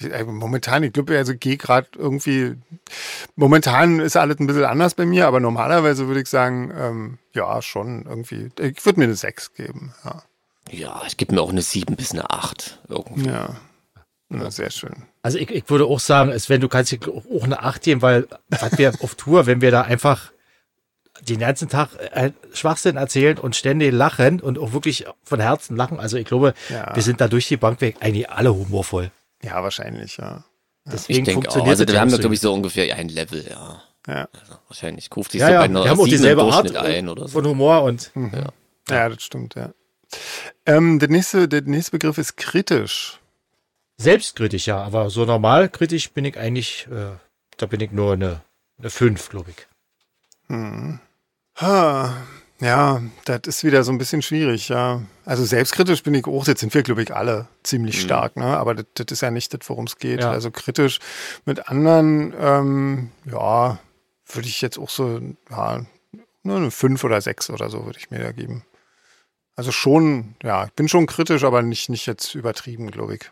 Speaker 1: äh, momentan, ich glaube, also gehe gerade irgendwie, momentan ist alles ein bisschen anders bei mir, aber normalerweise würde ich sagen, ähm, ja, schon irgendwie, ich würde mir eine 6 geben. Ja,
Speaker 3: ja, ich gebe mir auch eine 7 bis eine 8. Irgendwie.
Speaker 1: ja. Na, sehr schön.
Speaker 2: Also ich, ich würde auch sagen, Sven, du kannst dir auch eine 8 geben, weil was wir auf Tour, wenn wir da einfach den ganzen Tag äh, Schwachsinn erzählen und ständig lachen und auch wirklich von Herzen lachen. Also ich glaube,
Speaker 1: Ja.
Speaker 2: wir sind da durch die Bank weg eigentlich alle humorvoll.
Speaker 1: Ja, wahrscheinlich, ja.
Speaker 3: Ich
Speaker 2: Deswegen
Speaker 3: denke auch.
Speaker 2: funktioniert
Speaker 3: Also,
Speaker 2: das
Speaker 3: wir haben da,
Speaker 2: so
Speaker 3: glaube ich, so ungefähr ein Level, ja.
Speaker 1: Ja,
Speaker 3: Also, wahrscheinlich ruft
Speaker 2: gut.
Speaker 3: sich
Speaker 2: ja,
Speaker 3: so bei
Speaker 2: ja,
Speaker 3: einer
Speaker 2: wir haben auch
Speaker 3: 7 im
Speaker 2: dieselbe Art
Speaker 3: Durchschnitt ein oder so.
Speaker 2: von Humor und
Speaker 1: ja das stimmt, ja. Ähm, der, nächste, der nächste Begriff ist kritisch.
Speaker 2: selbstkritisch, ja. Aber so normal kritisch bin ich eigentlich, äh, da bin ich nur eine, eine 5, glaube ich.
Speaker 1: Ha, Ah, ja, das ist wieder so ein bisschen schwierig, ja. Also selbstkritisch bin ich auch, jetzt sind wir, glaube ich, alle
Speaker 3: Mhm.
Speaker 1: ziemlich stark, ne? Aber das, das ist ja nicht das, worum es geht.
Speaker 2: Ja.
Speaker 1: Also kritisch mit anderen, ähm, ja, würde ich jetzt auch so, ja, nur eine 5 oder 6 oder so würde ich mir da geben. Also schon, ja, ich bin schon kritisch, aber nicht, nicht jetzt übertrieben, glaube ich.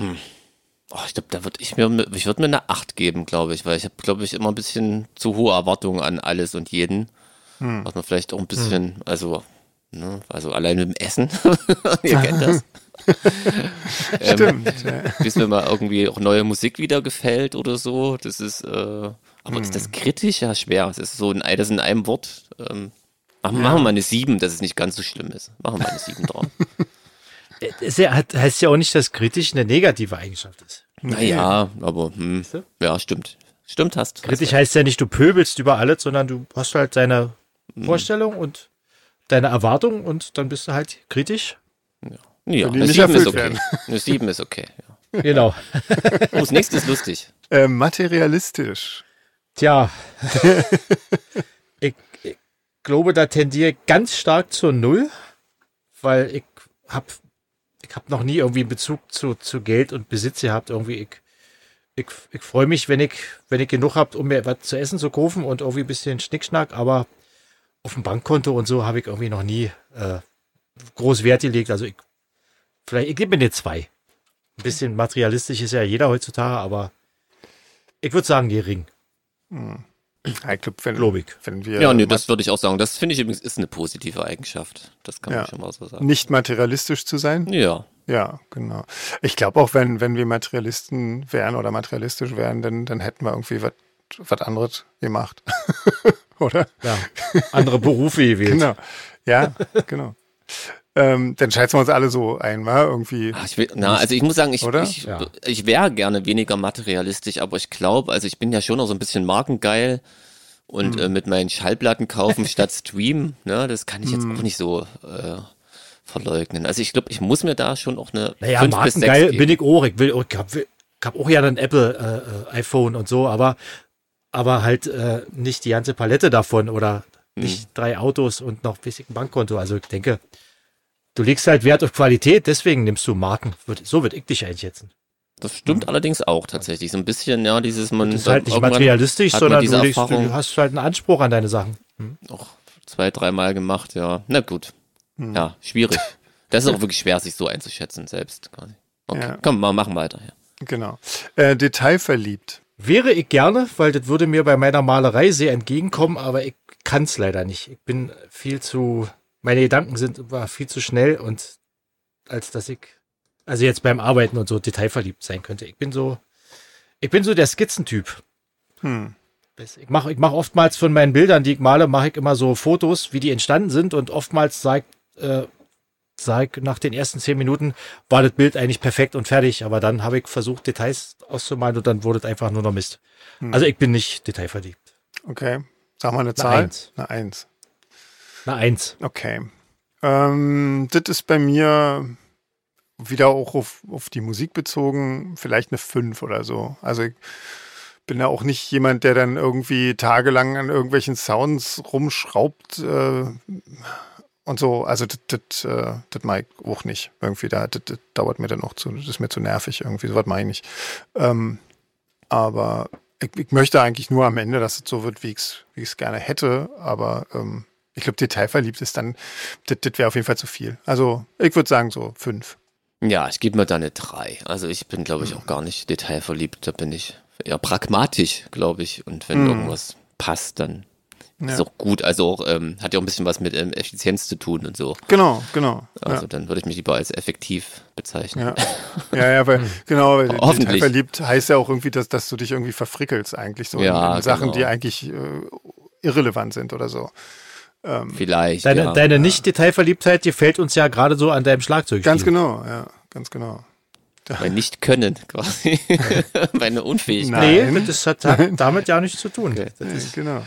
Speaker 3: Oh, ich glaube, da würde ich mir, ich würde mir eine 8 geben, glaube ich, weil ich habe, glaube ich, immer ein bisschen zu hohe Erwartungen an alles und jeden.
Speaker 1: Hm.
Speaker 3: Was man vielleicht auch ein bisschen, also, ne, also allein mit dem Essen, ihr kennt das. Ähm,
Speaker 1: Stimmt. ja.
Speaker 3: bis mir mal irgendwie auch neue Musik wieder gefällt oder so. Das ist, äh, aber ist
Speaker 1: Hm.
Speaker 3: das kritisch? Ja, schwer. Es ist so ein, das in einem Wort. Ähm, machen, machen wir mal eine 7, dass es nicht ganz so schlimm ist. Machen wir mal eine 7 drauf.
Speaker 2: Es Äh, ist ja, hat- heißt ja auch nicht, dass kritisch eine negative Eigenschaft ist.
Speaker 3: naja, aber, hm,
Speaker 2: du?
Speaker 3: ja, stimmt. Stimmt, hast.
Speaker 2: Kritisch
Speaker 3: hast,
Speaker 2: heißt ja nicht, du pöbelst über alles, sondern du hast halt deine Vorstellung und deine Erwartung und dann bist du halt kritisch.
Speaker 3: ja,
Speaker 1: Wenn die
Speaker 3: eine
Speaker 1: nicht
Speaker 3: 7 ist
Speaker 1: erfüllt
Speaker 3: okay.
Speaker 1: werden.
Speaker 3: Eine 7 ist okay. Ja.
Speaker 2: Genau.
Speaker 3: Oh, das nächste ist lustig.
Speaker 1: Äh, materialistisch.
Speaker 2: Tja. ich, ich glaube, da tendiere ich ganz stark zur Null, weil ich habe ich hab noch nie irgendwie einen Bezug zu, zu Geld und Besitz gehabt. Irgendwie ich, ich, ich freue mich, wenn ich, wenn ich genug habe, um mir was zu essen zu kaufen und irgendwie ein bisschen Schnickschnack, aber auf dem Bankkonto und so habe ich irgendwie noch nie äh, groß Wert gelegt. Also ich, vielleicht, ich gebe mir eine zwei. Ein bisschen materialistisch ist ja jeder heutzutage, aber ich würde sagen gering,
Speaker 1: Ja, ich glaube, wenn,
Speaker 2: glaube ich.
Speaker 1: wenn wir
Speaker 3: Ja, nee, das würde ich auch sagen. Das finde ich übrigens ist eine positive Eigenschaft. Das kann
Speaker 1: Ja.
Speaker 3: man schon mal so sagen.
Speaker 1: nicht materialistisch zu sein.
Speaker 3: Ja.
Speaker 1: Ja, genau. Ich glaube auch, wenn, wenn wir Materialisten wären oder materialistisch wären, dann, dann hätten wir irgendwie was anderes gemacht. oder?
Speaker 2: ja, andere Berufe gewählt.
Speaker 1: Genau. Ja, genau. Ähm, dann scheißen wir uns alle so einmal irgendwie.
Speaker 3: Ah, Ich will, na, also ich muss sagen, ich,
Speaker 1: Oder?
Speaker 3: ich,
Speaker 2: Ja.
Speaker 3: ich wäre gerne weniger materialistisch, aber ich glaube, also ich bin ja schon auch so ein bisschen markengeil und äh, mit meinen Schallplatten kaufen statt Stream, ne, das kann ich jetzt auch nicht so äh, verleugnen. Also ich glaube, ich muss mir da schon auch eine
Speaker 2: Naja,
Speaker 3: fünf bis sechs
Speaker 2: markengeil
Speaker 3: geben.
Speaker 2: bin ich auch. Ich will, auch- ich hab, ich hab auch ja ein Apple äh, äh, iPhone und so, aber, aber halt äh, nicht die ganze Palette davon oder
Speaker 3: Mhm.
Speaker 2: nicht drei Autos und noch ein ein Bankkonto. Also ich denke, du legst halt Wert auf Qualität, deswegen nimmst du Marken. Würd- So würde ich dich einschätzen.
Speaker 3: Das stimmt allerdings auch tatsächlich. So ein bisschen, ja, dieses man
Speaker 2: Mhm. Das ist halt nicht
Speaker 3: irgendwann
Speaker 2: materialistisch,
Speaker 3: hat man
Speaker 2: sondern
Speaker 3: diese
Speaker 2: du, legst,
Speaker 3: Erfahrung.
Speaker 2: du hast halt einen Anspruch an deine Sachen.
Speaker 3: auch zwei, dreimal gemacht, ja. Na gut.
Speaker 1: Mhm.
Speaker 3: Ja, schwierig. Das ist auch wirklich schwer, sich so einzuschätzen selbst. quasi. Okay,
Speaker 1: Ja.
Speaker 3: komm, mal machen weiter. Ja.
Speaker 1: Genau. Äh, detailverliebt.
Speaker 2: Wäre ich gerne, weil das würde mir bei meiner Malerei sehr entgegenkommen, aber ich kann es leider nicht. Ich bin viel zu, meine Gedanken sind immer viel zu schnell und als dass ich, also jetzt beim Arbeiten und so detailverliebt sein könnte. Ich bin so, ich bin so der Skizzentyp.
Speaker 1: Hm.
Speaker 2: Ich mache ich mach oftmals von meinen Bildern, die ich male, mache ich immer so Fotos, wie die entstanden sind und oftmals sage äh, sag nach den ersten zehn Minuten, war das Bild eigentlich perfekt und fertig, aber dann habe ich versucht, Details auszumalen und dann wurde es einfach nur noch Mist.
Speaker 1: Hm.
Speaker 2: Also ich bin nicht detailverliebt.
Speaker 1: Okay. Sag mal eine Zahl.
Speaker 2: Eins.
Speaker 1: Eine Eins.
Speaker 2: Na eins.
Speaker 1: Okay. Ähm, das ist bei mir wieder auch auf, auf die Musik bezogen, vielleicht eine 5 oder so. Also ich bin ja auch nicht jemand, der dann irgendwie tagelang an irgendwelchen Sounds rumschraubt äh, und so. Also das- das äh, das mag ich auch nicht. Irgendwie da, das das dauert mir dann auch zu, das ist mir zu nervig irgendwie, sowas mag ich nicht. Ähm, aber ich, ich möchte eigentlich nur am Ende, dass es so wird, wie ich es wie ich's gerne hätte, aber ähm, ich glaube, detailverliebt ist dann, das, das wäre auf jeden Fall zu viel. Also ich würde sagen so fünf.
Speaker 3: Ja, ich gebe mir da eine 3. Also ich bin, glaube ich, auch gar nicht detailverliebt. Da bin ich eher pragmatisch, glaube ich. Und
Speaker 1: Mhm.
Speaker 3: wenn irgendwas passt, dann ist auch gut. Also auch, ähm, hat ja auch ein bisschen was mit ähm, Effizienz zu tun und so.
Speaker 1: Genau, genau.
Speaker 3: Also dann würde ich mich lieber als effektiv bezeichnen.
Speaker 1: Ja, ja, ja weil, genau, weil
Speaker 3: Hoffentlich.
Speaker 1: detailverliebt heißt ja auch irgendwie, dass, dass du dich irgendwie verfrickelst eigentlich so
Speaker 3: Ja,
Speaker 1: in Sachen,
Speaker 3: genau.
Speaker 1: die eigentlich äh, irrelevant sind oder so.
Speaker 3: Vielleicht.
Speaker 2: Deine,
Speaker 3: ja.
Speaker 2: deine Nicht-Detailverliebtheit gefällt uns ja gerade so an deinem Schlagzeug.
Speaker 1: Ganz genau, ja, ganz genau.
Speaker 3: Bei Nicht-Können quasi. Bei einer Unfähigkeit.
Speaker 2: Nee,
Speaker 1: Nein.
Speaker 2: das hat, hat damit ja nichts zu tun. Das ist,
Speaker 1: Genau.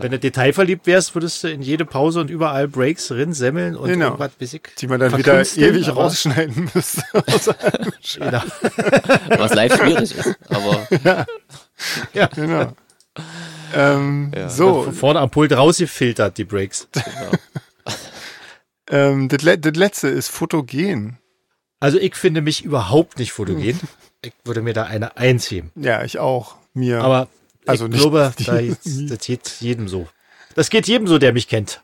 Speaker 2: Wenn du detailverliebt wärst, würdest du in jede Pause und überall Breaks rin semmeln und
Speaker 1: Genau.
Speaker 2: irgendwas bissig.
Speaker 1: Die man dann wieder
Speaker 2: verkünsteln,
Speaker 1: ewig
Speaker 2: aber-
Speaker 1: rausschneiden müsste.
Speaker 2: Genau.
Speaker 3: Was live schwierig ist. Aber
Speaker 2: Ja.
Speaker 1: genau. Ähm,
Speaker 2: Von
Speaker 1: So,
Speaker 2: Äh, vorne am Pult rausgefiltert, die Breaks.
Speaker 1: ähm, das, le das letzte ist fotogen.
Speaker 2: Also ich finde mich überhaupt nicht
Speaker 1: Hm.
Speaker 2: fotogen. Ich würde mir da eine Eins heben.
Speaker 1: Ja, ich auch. Mir.
Speaker 2: Aber
Speaker 1: Hm. Also
Speaker 2: ich
Speaker 1: nicht
Speaker 2: glaube,
Speaker 1: die-
Speaker 2: da, das geht jedem so. Das geht jedem so, der mich kennt.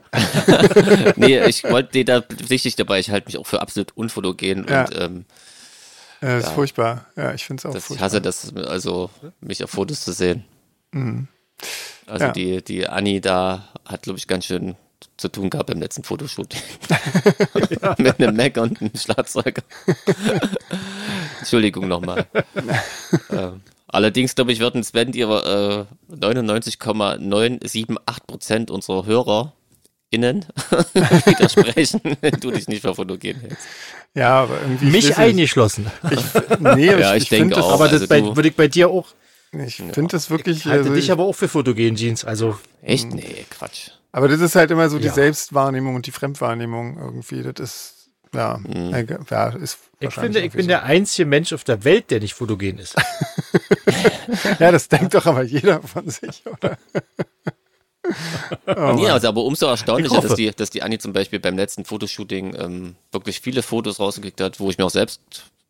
Speaker 3: nee, ich wollte nee, da wichtig dabei, ich halte mich auch für absolut unfotogen
Speaker 1: Ja.
Speaker 3: und ähm,
Speaker 1: Ja, das Äh, ist
Speaker 3: Ja.
Speaker 1: furchtbar. Ja, ich finde es auch
Speaker 3: das, ich
Speaker 1: furchtbar.
Speaker 3: hasse das, also mich auf Fotos zu sehen. Also
Speaker 1: Ja.
Speaker 3: die, die Anni da hat, glaube ich, ganz schön zu tun gehabt beim letzten Fotoshoot. Mit einem Mac und einem Schlagzeuger. Entschuldigung nochmal. ähm, allerdings, glaube ich, würden Sven ihre äh, 99,978% unserer Hörer innen widersprechen, wenn du dich nicht für fotogen hältst.
Speaker 1: Ja, aber irgendwie. ich
Speaker 2: Mich
Speaker 1: weiß nicht.
Speaker 2: eingeschlossen.
Speaker 1: Ich, nee,
Speaker 3: Ja,
Speaker 1: ich,
Speaker 3: ich
Speaker 1: finde
Speaker 3: denke
Speaker 1: das,
Speaker 3: auch.
Speaker 2: Aber
Speaker 3: also
Speaker 2: das bei,
Speaker 3: du-
Speaker 2: würde ich bei dir auch.
Speaker 1: ich find das wirklich.
Speaker 2: Ich halte
Speaker 1: also
Speaker 2: dich
Speaker 1: ich,
Speaker 2: aber auch für fotogen Jeans. Also
Speaker 3: Echt? Nee, Quatsch.
Speaker 1: aber das ist halt immer so die
Speaker 2: Ja.
Speaker 1: Selbstwahrnehmung und die Fremdwahrnehmung irgendwie. Das ist, ja,
Speaker 3: Mhm.
Speaker 1: äh, ja, ist wahrscheinlich
Speaker 2: ich finde, ich
Speaker 1: irgendwie
Speaker 2: bin der einzige Mensch auf der Welt, der nicht fotogen ist.
Speaker 1: so. Ja, das denkt doch aber jeder von sich, oder? Oh
Speaker 3: nee, also aber umso
Speaker 2: Ich
Speaker 3: erstaunlicher,
Speaker 2: hoffe.
Speaker 3: dass die, dass die Anni zum Beispiel beim letzten Fotoshooting ähm, wirklich viele Fotos rausgekriegt hat, wo ich mir auch selbst,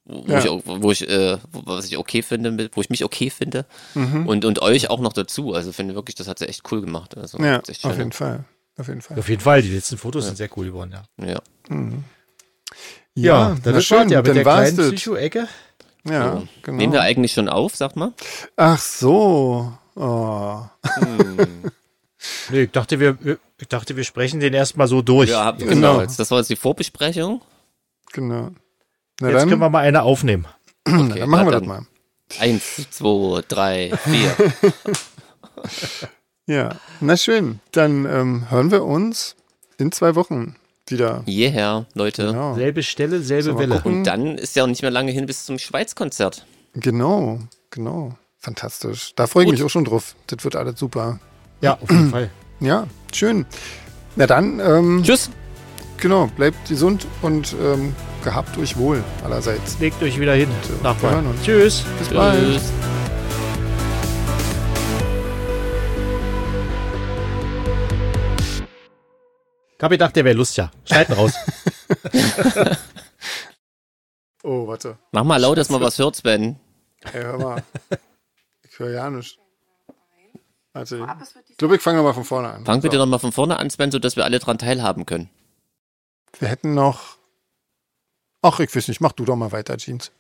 Speaker 3: wo
Speaker 1: Ja.
Speaker 3: ich, auch- wo ich äh, wo- was ich okay finde, mit- wo ich mich okay finde
Speaker 1: Mhm.
Speaker 3: und, und euch auch noch dazu. Also finde wirklich, das hat sie echt cool gemacht. Also,
Speaker 1: Ja,
Speaker 3: ist echt
Speaker 1: auf jeden Fall. Auf jeden Fall.
Speaker 2: auf jeden Fall, die letzten Fotos sind sehr cool geworden, ja.
Speaker 3: Ja.
Speaker 1: Ja, na
Speaker 2: das
Speaker 1: schön,
Speaker 2: war's ja mit
Speaker 1: dann
Speaker 2: der
Speaker 1: war's
Speaker 2: kleinen
Speaker 1: das.
Speaker 2: Psycho-Ecke.
Speaker 1: Ja,
Speaker 3: So. Nehmen wir
Speaker 1: genau.
Speaker 3: eigentlich schon auf, sag mal.
Speaker 1: Ach so. Oh.
Speaker 2: Nee, ich dachte, wir, wir- ich dachte, wir sprechen den erstmal so durch.
Speaker 3: Ja,
Speaker 2: Ja,
Speaker 3: hab- genau.
Speaker 1: Genau.
Speaker 3: Jetzt, das war jetzt die Vorbesprechung.
Speaker 1: Genau. Na
Speaker 2: Jetzt
Speaker 1: dann,
Speaker 2: können wir mal eine aufnehmen.
Speaker 3: Okay,
Speaker 1: dann machen wir
Speaker 3: na
Speaker 1: das mal.
Speaker 3: Eins, zwei, drei, vier.
Speaker 1: Ja, na schön. Dann ähm, hören wir uns in zwei Wochen wieder.
Speaker 3: Hierher, Leute.
Speaker 1: Genau.
Speaker 2: Selbe Stelle, selbe
Speaker 1: So, mal
Speaker 2: Welle.
Speaker 1: gucken.
Speaker 3: Und dann ist ja auch nicht mehr lange hin bis zum Schweiz-Konzert.
Speaker 1: Genau, genau. Fantastisch. Da freue ich
Speaker 3: Gut.
Speaker 1: mich auch schon drauf. Das wird alles super.
Speaker 2: Ja, auf jeden Fall.
Speaker 1: Ja, schön. Na dann, ähm,
Speaker 3: Tschüss.
Speaker 1: genau, bleibt gesund und ähm, gehabt euch wohl allerseits.
Speaker 2: Legt euch wieder hin,
Speaker 1: wir
Speaker 2: Nachbarn.
Speaker 1: hören uns.
Speaker 2: Tschüss.
Speaker 1: Bis bald.
Speaker 3: Tschüss.
Speaker 2: Ich hab gedacht, der wäre lustig. Schneiden raus.
Speaker 1: Oh, warte.
Speaker 3: Mach mal laut, dass man was hört, Sven.
Speaker 1: Hey, hör mal. ich höre ja nicht. Warte.
Speaker 4: Vorab, es wird
Speaker 1: Ich glaube, ich fange mal von vorne an.
Speaker 3: Fang bitte
Speaker 1: so.
Speaker 3: nochmal von vorne an, Sven, sodass wir alle dran teilhaben können.
Speaker 1: Wir hätten noch. Ach, ich weiß nicht. Mach du doch mal weiter, Jeans.